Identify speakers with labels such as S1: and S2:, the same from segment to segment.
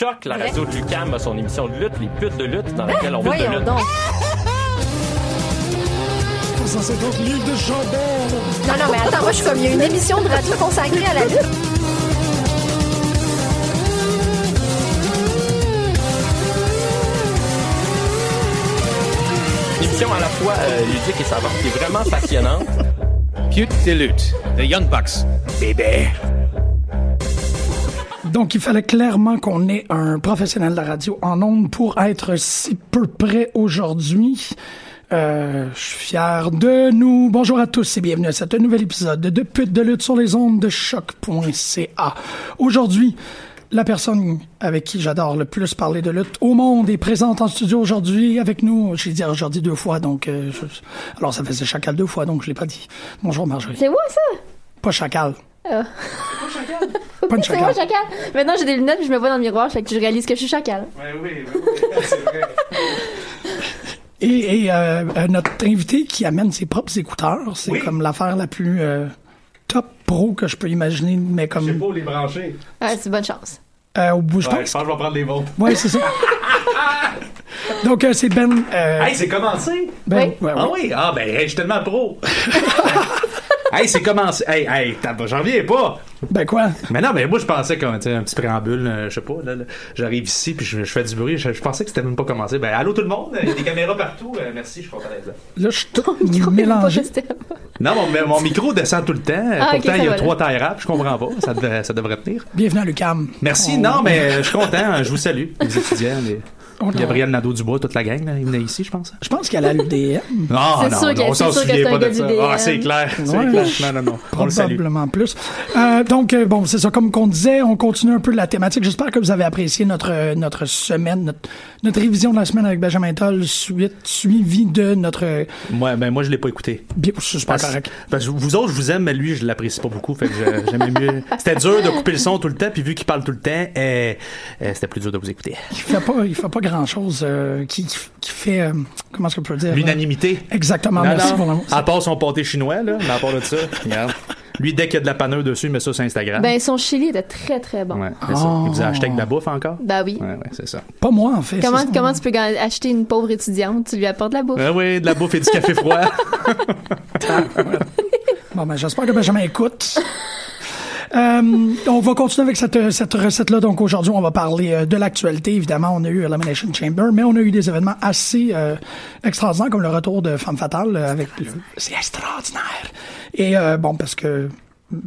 S1: l'époque, la radio de Lucam a son émission de lutte, les putes de lutte, dans laquelle on parle de
S2: Voyons
S1: lutte.
S2: donc.
S3: 150 livres de chambon.
S2: Non, non, mais attends, moi, je suis comme, il y a une émission de radio consacrée à la lutte.
S1: Une émission à la fois euh, ludique et savante, qui est vraiment passionnante.
S4: Pute de lutte, The Young Bucks. Bébé.
S3: Donc, il fallait clairement qu'on ait un professionnel de la radio en ondes pour être si peu près aujourd'hui. Euh, je suis fier de nous. Bonjour à tous et bienvenue à cet nouvel épisode de Pute de lutte sur les ondes de choc.ca. Aujourd'hui, la personne avec qui j'adore le plus parler de lutte au monde est présente en studio aujourd'hui avec nous. J'ai dit aujourd'hui deux fois, donc... euh, je- alors, ça faisait chacal deux fois, donc je l'ai pas dit. Bonjour Marjorie.
S5: C'est moi ça?
S3: Pas chacal. Pas
S5: Oui,
S3: une
S5: c'est moi
S3: chacal.
S5: chacal. Maintenant j'ai des lunettes puis je me vois dans le miroir, fait que je réalise que je suis chacal.
S3: Et, et, euh, euh, notre invité qui amène ses propres écouteurs, c'est comme l'affaire la plus euh, top pro que je peux imaginer, mais
S6: Je sais
S3: comme
S6: pas où les brancher.
S5: Ouais, c'est bonne chance.
S3: euh, au bout, je
S6: Ouais, je pense
S3: pense.
S6: que je vais prendre les vôtres.
S3: Ouais, c'est ça. Donc euh, c'est Ben. euh,
S6: Hey, c'est commencé!
S3: ben,
S5: oui.
S3: ouais, ouais.
S6: Ah oui? Ah ben, hey, je suis tellement pro! hey, c'est commencé! Hey, hey, t'as- j'en viens pas!
S3: Ben quoi
S6: Mais non, mais moi, je pensais comme, tu sais, un petit préambule, euh, je sais pas, là, là, j'arrive ici, puis je, je fais du bruit, je, je pensais que c'était même pas commencé. Ben, allô tout le monde, il y a des caméras partout, euh, merci, je suis content d'être là.
S3: Là, je suis tout
S5: Pas
S3: mélangé.
S5: juste-
S6: Non, mon, mon micro descend tout le temps,
S5: Ah, ok,
S6: pourtant,
S5: ça
S6: il y a
S5: va, là.
S6: trois tailles rap, je comprends pas, ça, devrait- ça devrait tenir.
S3: Bienvenue à Lucam.
S6: Merci,
S3: On-
S6: non, mais euh, je suis content, je vous salue, les étudiants, les...
S3: on-
S6: Gabriel Nadeau-Dubois, toute la gang, là, il venait ici, je pense. hein.
S3: Je pense qu'elle a l'UDM.
S5: C'est
S6: Non, Ah, non,
S5: sûr
S6: non,
S5: que-
S6: on
S5: c'est
S6: s'en
S5: sûr que
S6: souvient
S5: c'est un
S6: pas
S5: gars
S6: de
S5: du
S6: ça.
S5: DM.
S6: Ah, c'est clair, c'est
S3: Ouais.
S6: clair. Non, non, non, on le salue.
S3: Probablement plus. Euh, donc, euh, bon, c'est ça. Comme qu'on disait, on continue un peu la thématique. J'espère que vous avez apprécié notre, euh, notre semaine, notre, notre révision de la semaine avec Benjamin Toll, suite, suivi de notre. euh,
S6: Moi, ben, moi, je l'ai pas écouté.
S3: bi- C'est pas
S6: Parce,
S3: correct.
S6: parce que vous autres, je vous aime, mais lui, je l'apprécie pas beaucoup. Fait que je- j'aimais mieux. C'était dur de couper le son tout le temps, puis vu qu'il parle tout le temps, euh, euh, c'était plus dur de vous écouter.
S3: Il fait pas, il fait pas grand chose qui, qui- qui fait. euh, comment est-ce qu'on peut le dire
S6: L'unanimité.
S3: Exactement.
S6: Non,
S3: merci
S6: non. Ah.
S3: pour le mot.
S6: À part son pâté chinois, là, mais à part de ça, regarde. Lui, dès qu'il y a de la panure dessus, il met ça sur Instagram.
S5: Ben son chili était très très bon.
S6: Ouais, c'est ça. Il vous a
S3: Ah.
S6: acheté avec de la bouffe encore?
S5: Bah oui.
S6: Ouais, ouais, c'est ça.
S3: Pas moi, en fait.
S5: Comment,
S3: c'est ça.
S5: comment tu peux gagner- acheter une pauvre étudiante? Tu lui apportes de la bouffe.
S6: Ouais, ouais, Ah de la bouffe et du café froid.
S3: Bon, ben, j'espère que Benjamin écoute. Euh, on va continuer avec cette, euh, cette recette-là. Donc aujourd'hui, on va parler euh, de l'actualité. Évidemment, on a eu Elimination Chamber, mais on a eu des événements assez euh, extraordinaires, comme le retour de Femme Fatale. euh, avec le- C'est extraordinaire. Et euh, bon, parce que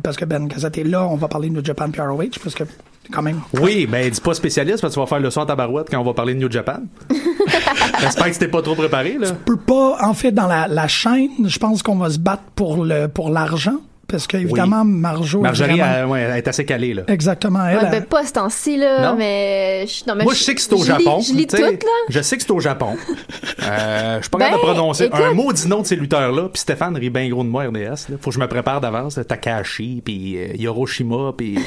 S3: parce que Ben Gazette est là, on va parler de New Japan PROH, parce que quand même,
S6: Oui, ben dis pas spécialiste parce que tu vas faire le son à ta barouette quand on va parler de New Japan. J'espère que tu t'es pas trop préparé là.
S3: peut pas, en fait, dans la, la chaîne, je pense qu'on va se battre pour le pour l'argent, parce que évidemment, Marjo est
S6: Marjorie
S3: vraiment-
S6: elle, ouais, elle est assez calée là.
S3: Exactement, elle.
S5: Ouais,
S3: elle-
S5: ben pas ce temps-ci là,
S6: Non.
S5: mais je, non, mais
S6: Moi je sais que c'est au
S5: ben, je
S6: Japon.
S5: Lis, je lis
S6: tu
S5: tout
S6: sais.
S5: là.
S6: Je sais que c'est au Japon. Euh, je suis pas
S5: Ben,
S6: capable de prononcer un
S5: écoute.
S6: maudit nom de ces lutteurs là. Puis Stéphane rit bien gros de moi RDS. Là. Faut que je me prépare d'avance. là. Takahashi, puis euh, Yoroshima, puis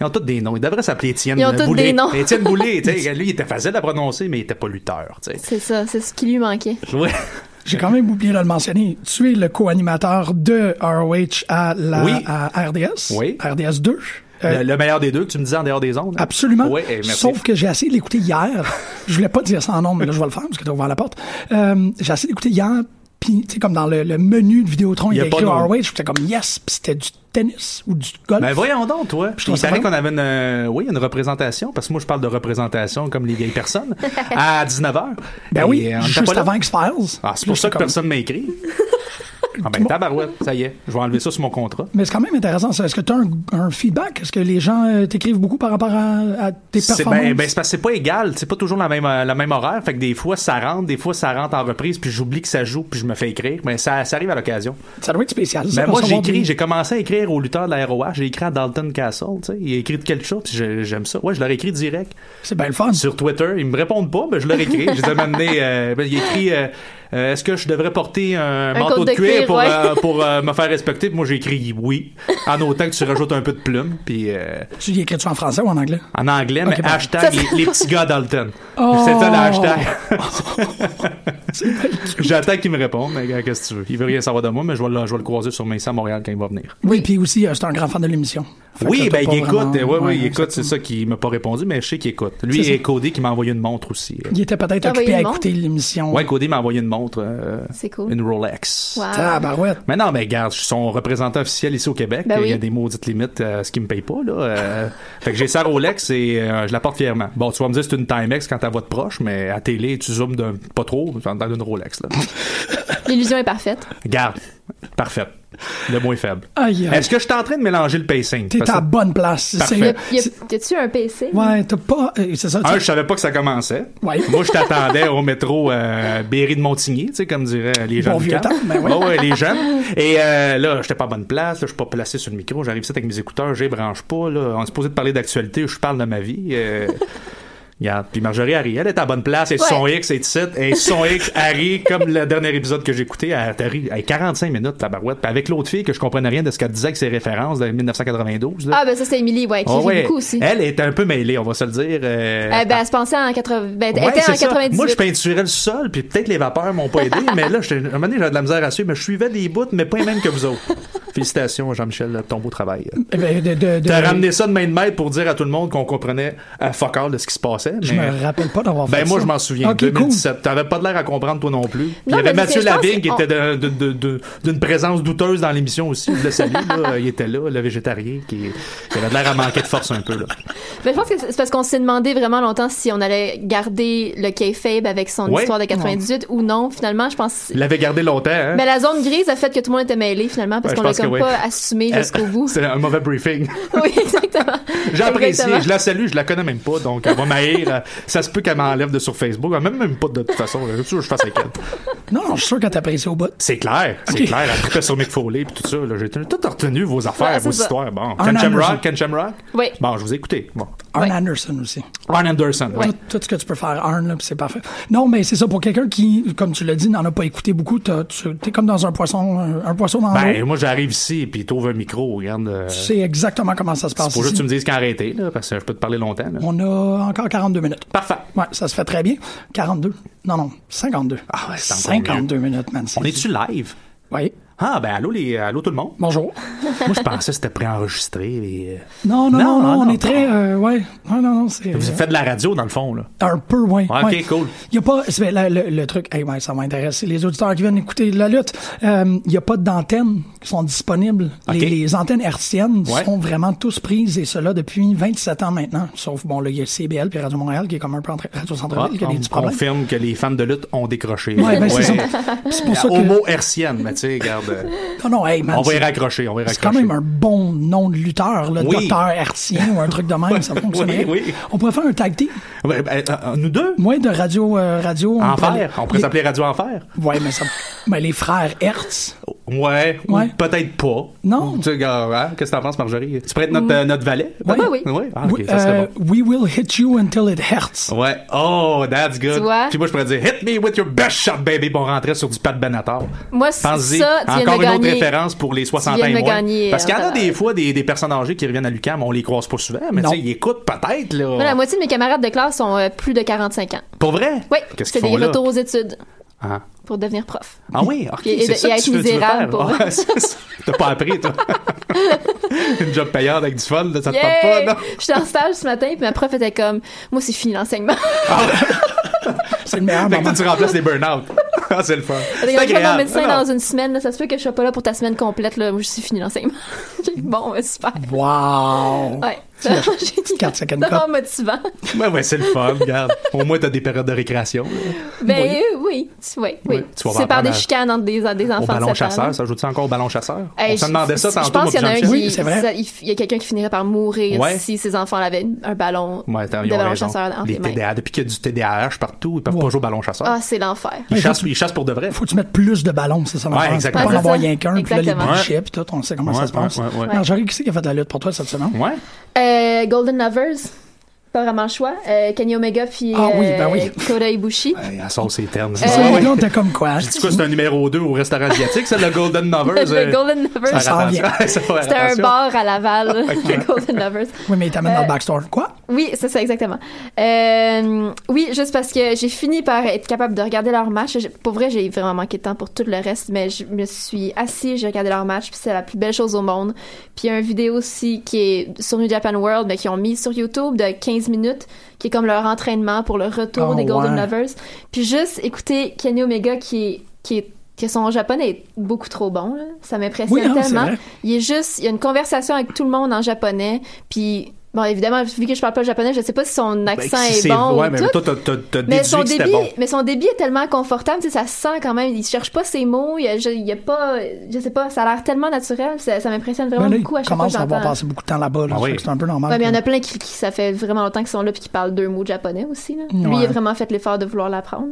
S6: ils ont tous des noms. Ils devraient s'appeler Étienne
S5: Ils ont tous
S6: Boulay.
S5: des noms.
S6: Étienne Boulay, tu sais, lui il était facile à prononcer mais il était pas lutteur. Tu sais.
S5: C'est ça, c'est ce qui lui manquait.
S6: Ouais.
S3: J'ai quand même oublié de le mentionner. Tu es le co-animateur de ROH à la
S6: Oui.
S3: à RDS.
S6: Oui.
S3: RDS 2. Euh,
S6: Le, le meilleur des deux, tu me disais en dehors des ondes.
S3: Absolument.
S6: Oui, eh, merci.
S3: Sauf que j'ai essayé de l'écouter hier. je voulais pas dire ça en nom, mais là, je vais le faire parce que t'as ouvert la porte. Euh, j'ai essayé d'écouter hier, puis tu sais, comme dans le, le menu de Vidéotron, il y
S6: Il y a
S3: avait
S6: pas
S3: écrit
S6: de nom.
S3: ROH. J'étais comme yes, puis c'était du tennis ou du golf.
S6: Ben voyons donc, toi. Je
S3: trouve
S6: il
S3: ça
S6: paraît
S3: bon.
S6: qu'on avait une, euh, oui, une représentation, parce que moi je parle de représentation comme les vieilles personnes, à 19h.
S3: Ben oui,
S6: euh,
S3: juste avant X-Files.
S6: Ah, c'est
S3: Là,
S6: pour ça que
S3: j'étais comme-
S6: personne m'a écrit. Ah ben tabarouette, ça y est, je vais enlever ça sur mon contrat.
S3: Mais c'est quand même intéressant. ça. Est-ce que tu as un, un feedback? Est-ce que les gens euh, t'écrivent beaucoup par rapport à, à tes
S6: C'est
S3: performances?
S6: ben, ben, c'est parce que c'est pas égal, c'est pas toujours la même euh, la même horaire, fait que des fois ça rentre, des fois ça rentre en reprise, puis j'oublie que ça joue, puis je me fais écrire, mais ça, ça arrive à l'occasion.
S3: ça doit être spécial. ça,
S6: Ben moi, j'ai
S3: recevoir des-
S6: écrit, j'ai commencé à écrire au lutteur de la ROH, j'ai écrit à Dalton Castle, tu sais, il a écrit de quelque chose, puis je- j'aime ça. Ouais, je leur ai écrit direct.
S3: C'est bien le fun.
S6: sur Twitter. Ils me répondent pas, mais je leur écris. Je les ai amenés. euh, ben, il écrit euh, euh, est-ce que je devrais porter un,
S5: Un
S6: manteau
S5: côte
S6: de
S5: de
S6: cuir,
S5: cuir,
S6: pour,
S5: ouais.
S6: euh, pour euh, me faire respecter? Puis moi, j'ai écrit oui, en autant que tu rajoutes un peu de plume. Puis euh,
S3: Tu y écris-tu en français ou en anglais?
S6: en anglais, mais
S3: Ok, bon.
S5: Ça,
S6: hashtag
S5: ça-
S6: les, les petits gars d'Alton.
S3: Oh.
S6: C'est ça le hashtag. J'attends qu'il me réponde, mais gars, qu'est-ce que tu veux? Il veut rien savoir de moi, mais je vais le, je vais le croiser sur Messi à Montréal quand il va venir.
S3: Oui, puis aussi, euh, c'est un grand fan de l'émission. Fait
S6: Oui,
S3: que t'as
S6: ben
S3: pas
S6: il écoute.
S3: vraiment-
S6: euh, ouais,
S3: ouais,
S6: oui, il écoute.
S3: exactement.
S6: C'est ça qui m'a pas répondu, mais je sais qu'il écoute. Lui
S3: C'est ça.
S6: et Cody qui m'a envoyé une montre aussi. euh.
S3: Il était peut-être
S5: Ah,
S3: occupé
S5: oui,
S3: à
S5: il monte.
S3: écouter l'émission.
S6: Ouais, Cody m'a envoyé une montre. euh,
S5: C'est cool.
S6: Une Rolex.
S5: Wow.
S3: Ah, bah ouais.
S6: Mais non, mais regarde, je suis son représentant officiel ici au Québec.
S5: Ben
S6: Il y a
S5: oui.
S6: des maudites limites à ce qui me paye pas, là. euh. fait que j'ai sa Rolex et euh, je la porte fièrement. Bon, tu vas me dire c'est une Timex quand t'as votre proche, mais à télé, tu zoomes d'un, pas trop, t'en donnes une Rolex, là.
S5: L'illusion est parfaite.
S6: Garde. Parfait. Le moins faible.
S3: Aïe, aïe.
S6: Est-ce que je suis en train de mélanger le pacing?
S3: T'es
S6: Parce
S3: à
S6: que-
S3: la bonne place.
S6: Parfait. Ah,
S5: Y a-
S3: C'est-
S5: y a- Y a-tu un PC?
S3: Ouais, t'as pas. euh, C'est ça. tu-
S6: Un, je savais pas que ça commençait.
S3: Ouais.
S6: Moi, je t'attendais au métro euh, Berry de Montigny, tu sais, comme diraient les gens.
S3: Bon
S6: du
S3: vieux
S6: camp.
S3: temps, ben ouais.
S6: Ouais, ouais, les gens. Et euh, là, j'étais pas à bonne place, là, je suis pas placé sur le micro, j'arrive ici avec mes écouteurs, je les branche pas, là. On est supposé de parler d'actualité, je parle de ma vie. euh, Regarde, puis Marjorie Harry, elle est à bonne place, elle est sur son
S5: Ouais.
S6: X, elle est ici, elle est sur son X, Harry, comme le dernier épisode que j'ai écouté, elle t'arrive, elle est 45 minutes, la barouette, puis avec l'autre fille que je comprenais rien de ce qu'elle disait avec ses références de 1992, là.
S5: Ah, ben ça, c'est Émilie, ouais, qui
S6: Ah
S5: joue
S6: ouais,
S5: beaucoup aussi.
S6: Elle est un peu mêlée, on va se le dire. euh,
S5: Euh, ben, elle se pensait en 80. Ben, elle
S6: Ouais,
S5: était en
S6: c'est ça.
S5: 98.
S6: Moi, je peinturais le sol, puis peut-être les vapeurs m'ont pas aidé, mais là, j'étais- à un moment donné, j'avais de la misère à suivre, mais je suivais des bouts, mais pas les mêmes que vous autres. Félicitations, Jean-Michel, ton beau travail.
S3: Eh ben, de- de- de-
S6: T'as ramené ça de main de maître pour dire à tout le monde qu'on comprenait à fuck all de ce qui se passait.
S3: Je
S6: mais-
S3: me rappelle pas d'avoir fait
S6: Ben, moi,
S3: ça.
S6: je m'en souviens.
S3: Ok, cool.
S6: 2017. T'avais pas de l'air à comprendre, toi non plus. Puis Il y
S5: Non,
S6: avait
S5: mais
S6: Mathieu
S5: c'est- je pense
S6: Lavigne qui
S5: qu'on-
S6: était de- de- de- de- d'une présence douteuse dans l'émission aussi. Je le salue, là. Il était là, le végétarien, qui, qui avait de l'air à manquer de force un peu, là.
S5: Ben, je pense que c'est parce qu'on s'est demandé vraiment longtemps si on allait garder le kayfabe avec son
S6: Ouais.
S5: histoire de 98 ou non. Finalement, je pense.
S6: Il l'avait gardé longtemps, hein.
S5: Mais la zone grise a fait que tout le monde était mêlé finalement parce
S6: Ouais, je
S5: qu'on l'a
S6: pense que
S5: comme
S6: oui. Euh,
S5: pas assumé jusqu'au bout.
S6: C'était un mauvais briefing.
S5: oui, exactement.
S6: J'apprécie,
S5: Exactement.
S6: je la salue, je la connais même pas, donc elle va m'haïr. Ça se peut qu'elle m'enlève de sur Facebook, Elle même même pas de toute façon, là, je suis sûr que je fasse avec elle.
S3: Non, je suis sûr que t'apprécies au bout.
S6: C'est clair, c'est
S3: Ok.
S6: clair, elle trippait sur Mick Foley et tout ça, là, j'ai tout retenu vos
S5: Ouais,
S6: affaires,
S5: c'est
S6: vos
S5: ça.
S6: histoires. Bon,
S3: Arn
S6: Ken Shamrock,
S3: Anderson.
S6: Ken Shamrock?
S5: Oui.
S6: Bon, je vous ai écouté. Bon.
S3: Arn
S5: Ouais.
S3: Anderson aussi.
S6: Ron Anderson.
S5: Ouais.
S3: Tout, tout ce que tu peux faire, Arn, là, puis c'est parfait. Non, mais c'est ça, pour quelqu'un qui, comme tu l'as dit, n'en a pas écouté beaucoup, t'as- tu- t'es comme dans un poisson, euh, un, un poisson dans
S6: Ben,
S3: l'eau.
S6: moi j'arrive ici puis trouve un micro, regarde. euh,
S3: Tu sais exactement comment ça se passe.
S6: faut juste que
S3: ici.
S6: tu me dises quand arrêter, là, parce que je peux te parler longtemps. là.
S3: On a encore 42 minutes.
S6: Parfait.
S3: Ouais, ça se fait très bien. 42. Non, non, 52.
S6: Ah ouais, c'est encore
S3: 52 minutes, man.
S6: On est-tu live?
S3: Oui.
S6: Ah ben allô les allô tout le monde.
S3: Bonjour.
S6: Moi je pensais que c'était préenregistré. mais, euh,
S3: Non, non, non,
S6: Non,
S3: non,
S6: non,
S3: on
S6: non.
S3: est très. euh, ouais. Non, non, non, c'est.
S6: Vous faites de la radio dans le fond là.
S3: Un peu, ouais.
S6: Ouais, ok,
S3: ouais.
S6: cool.
S3: Il y a pas. c'est- Le, le- le truc. eh ouais, ça va intéresser les auditeurs qui viennent écouter la lutte. Euh, Il y a pas d'antennes qui sont disponibles.
S6: Ok.
S3: Les, les antennes hertziennes
S6: Ouais.
S3: sont vraiment tous prises et cela depuis 27 ans maintenant. Sauf, bon, là, il y a CBL puis Radio Montréal qui est comme un peu entre Radio
S6: Ah,
S3: Centre-Ville qui a des
S6: on
S3: petits problèmes.
S6: confirme que les fans de lutte ont décroché.
S3: Ouais, ben, c'est ça. Puis C'est pour ça que.
S6: Homo hertienne, mais tu sais, regarde. euh,
S3: Non, non, hey, man.
S6: on va y
S3: c'est-
S6: raccrocher, on va y
S3: C'est
S6: raccrocher.
S3: quand même un bon nom de lutteur, le
S6: Oui.
S3: docteur Hertien ou un truc de même, ça fonctionnerait.
S6: Oui, oui.
S3: On pourrait faire un tag team.
S6: Ouais, ben, euh, euh, nous deux?
S3: Moins de radio, euh, radio. on pourrait-
S6: Enfer. On pourrait
S3: les-
S6: s'appeler Radio Enfer?
S3: Ouais, mais ça. Mais les frères Hertz.
S6: Ouais. ou
S3: Ouais.
S6: peut-être pas.
S3: Non.
S6: Tu sais, regarde, hein, qu'est-ce que t'en penses, Marjorie? Tu pourrais être notre, euh, notre valet?
S3: Ouais.
S5: Ouais, oui.
S6: Ah, ok,
S3: We,
S6: ça serait
S3: euh, we will hit you until it hurts.
S6: bon. Ouais. Oh, that's good.
S5: Tu vois?
S6: Puis moi, je pourrais dire, hit me with your best shot, baby. Puis on rentrait sur du Pat Benatar.
S5: Moi, c'est
S6: Pensez-y.
S5: ça, tu viens de
S6: Encore
S5: me
S6: une autre
S5: gagner.
S6: référence pour les 60 ans
S5: viens de
S6: et
S5: me
S6: moins.
S5: gagner,
S6: Parce qu'il y en a
S5: euh,
S6: des fois des, des personnes âgées qui reviennent à Lucam, on les croise pas souvent, mais tu
S3: Non.
S6: sais, ils écoutent peut-être, là.
S5: Moi, la moitié de mes camarades de classe ont euh, plus de 45 ans.
S6: Pour vrai?
S5: Oui,
S6: Qu'est-ce
S5: c'est
S6: qu'ils
S5: des
S6: font là?
S5: retours aux études
S6: Ah.
S5: pour devenir prof.
S6: Ah oui, ok.
S5: Et- et
S6: c'est
S5: de-
S6: ça
S5: et
S6: que
S5: être
S6: tu veux- tu veux
S5: misérable
S6: faire.
S5: pour-
S6: Ah, c'est ça. T'as pas appris, toi. Une job payante avec du fun, là, ça te tente pas,
S5: Yeah!
S6: non?
S5: J'étais en stage ce matin, puis ma prof était comme, moi, c'est fini l'enseignement.
S3: C'est le meilleur
S6: Fait que
S3: moment.
S6: toi, tu remplaces les burn-out. Ah, c'est le fun.
S5: Je
S6: C'est
S5: vais voir mon
S6: agréable.
S5: médecin
S6: Non, non.
S5: dans une semaine, là, ça se peut que je sois pas là pour ta semaine complète, là. Moi, je suis fini l'enseignement. J'ai dit, bon, ben, super.
S3: Wow.
S5: Ouais. J'ai dit,
S3: carte second cup.
S5: vraiment motivant.
S6: Ouais, ouais, c'est le fun, regarde. Au moins, t'as des périodes de récréation. là.
S5: Ben euh, oui, tu- oui, oui.
S6: Oui, tu
S5: C'est
S6: vas
S5: par
S6: apprendre
S5: des
S6: à-
S5: chicanes entre des, des enfants
S6: Au
S5: de
S6: ballon
S5: sept ans, là.
S6: chasseur, ça joue-tu encore au ballon chasseur?
S5: Hey,
S6: On se
S5: je-
S6: demandait ça
S5: je-
S6: tantôt,
S5: Je pense
S6: moi,
S5: qu'il y en a un
S6: Jean-Michel.
S5: qui.
S3: Oui, c'est vrai.
S5: ça- il, il y a quelqu'un qui finirait par mourir
S6: Ouais.
S5: si ses enfants avaient un ballon.
S6: Ouais, t'as-
S5: de
S6: ils ont
S5: ballon
S6: raison.
S5: chasseur entre
S6: Les
S5: les mains.
S6: TDAH, depuis qu'il y a du TDAH partout, ils peuvent pas jouer au ballon chasseur.
S5: Ah, c'est l'enfer.
S6: ils, chassent, ils chassent pour de vrai.
S3: Faut que tu mettes plus de ballons, c'est ça
S6: Ouais,
S3: l'affaire.
S6: exactement.
S3: Pas en
S5: Ouais,
S3: avoir
S5: c'est ça.
S3: rien qu'un, puis là, les
S5: Exactement.
S3: budgets, puis tout, on sait comment
S6: Ouais,
S3: ça se passe.
S6: ouais, ouais, ouais.
S3: Marjorie, qui c'est qui a fait de la lutte pour toi cette semaine?
S6: Ouais.
S5: Euh, Golden Lovers. pas vraiment le choix. Euh, Kenny Omega puis
S3: Ah oui, ben
S5: euh,
S3: oui.
S5: Kota Ibushi.
S6: Hey, Elle sort ses termes.
S5: Euh,
S3: Ça, là, on était comme quoi?
S6: Je dis quoi, c'est un numéro 2 au restaurant asiatique, c'est le Golden euh. Novers.
S5: le Golden
S3: Ça
S5: Lovers.
S3: s'en vient.
S5: C'était un bar à Laval, le Golden Lovers.
S3: Oui, mais il t'amène dans le
S5: Euh,
S3: backstore. Quoi?
S5: Oui, c'est ça, exactement. Euh, oui, juste parce que j'ai fini par être capable de regarder leur match. J'ai- Pour vrai, j'ai vraiment manqué de temps pour tout le reste, mais je me suis assise, j'ai regardé leur match, puis c'est la plus belle chose au monde. Puis il y a une vidéo aussi qui est sur New Japan World, mais qui ont mis sur YouTube de 15 minutes, qui est comme leur entraînement pour le retour
S3: Oh,
S5: des Golden
S3: ouais.
S5: Lovers. Puis juste écouter Kenny Omega qui est- qui est que son japonais est beaucoup trop bon, là. ça m'impressionne
S3: Oui, hein, c'est
S5: tellement.
S3: vrai.
S5: Il est juste, il y a une conversation avec tout le monde en japonais, puis bon, évidemment, vu que je parle pas le japonais, je sais pas si
S6: Ben,
S5: son accent est, bon
S6: ouais,
S5: ou
S6: mais
S5: tout.
S6: toi, t'as- t'as t'as
S5: mais
S6: déduit
S5: son
S6: que c'était
S5: débit,
S6: bon.
S5: mais son débit est tellement confortable, tu sais, ça se sent quand même. Il cherche pas ses mots, il y a, je- il y a pas, je sais pas, ça a l'air tellement naturel, ça, ça m'impressionne vraiment
S3: Ben là,
S5: beaucoup à
S3: il
S5: chaque fois que
S3: commence à avoir
S5: j'entends.
S3: passé beaucoup de temps là-bas. là,
S6: Ah oui.
S3: fait que C'est un peu normal.
S5: Ouais, mais il y en
S3: que-
S5: a plein qui, qui- ça fait vraiment longtemps qu'ils sont là puis qui parlent deux mots de japonais aussi. Là. Lui,
S3: Ouais.
S5: il a vraiment fait l'effort de vouloir l'apprendre.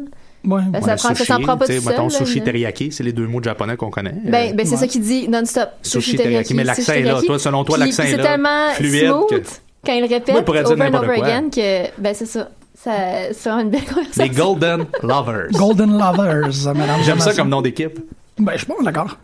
S3: Ouais.
S5: Ben, ça, prend,
S6: Ouais,
S5: ça s'en
S6: sushi,
S5: prend pas
S6: tu
S5: tout
S6: sais,
S5: seul.
S6: mettons,
S5: là,
S6: sushi
S5: mais-
S6: teriyaki, c'est les deux mots de japonais qu'on connaît.
S5: Ben,
S6: Euh,
S5: ben c'est
S3: ouais.
S5: ça qu'il dit non-stop.
S6: Sushi teriyaki. Mais l'accent est là.
S5: teriyaki.
S6: Toi, selon toi,
S5: Puis-
S6: l'accent
S5: puis
S6: est
S5: C'est
S6: là,
S5: tellement
S6: fluide
S5: smooth
S6: que-
S5: quand il répète
S6: Moi, il pourrait dire
S5: over and
S6: n'importe
S5: over
S6: quoi.
S5: again que ben c'est ça. ça c'est vraiment une belle
S6: les
S5: conversation.
S6: Golden Lovers.
S3: Golden Lovers, madame.
S6: J'aime ça comme nom d'équipe.
S3: Ben, je suis bon, d'accord.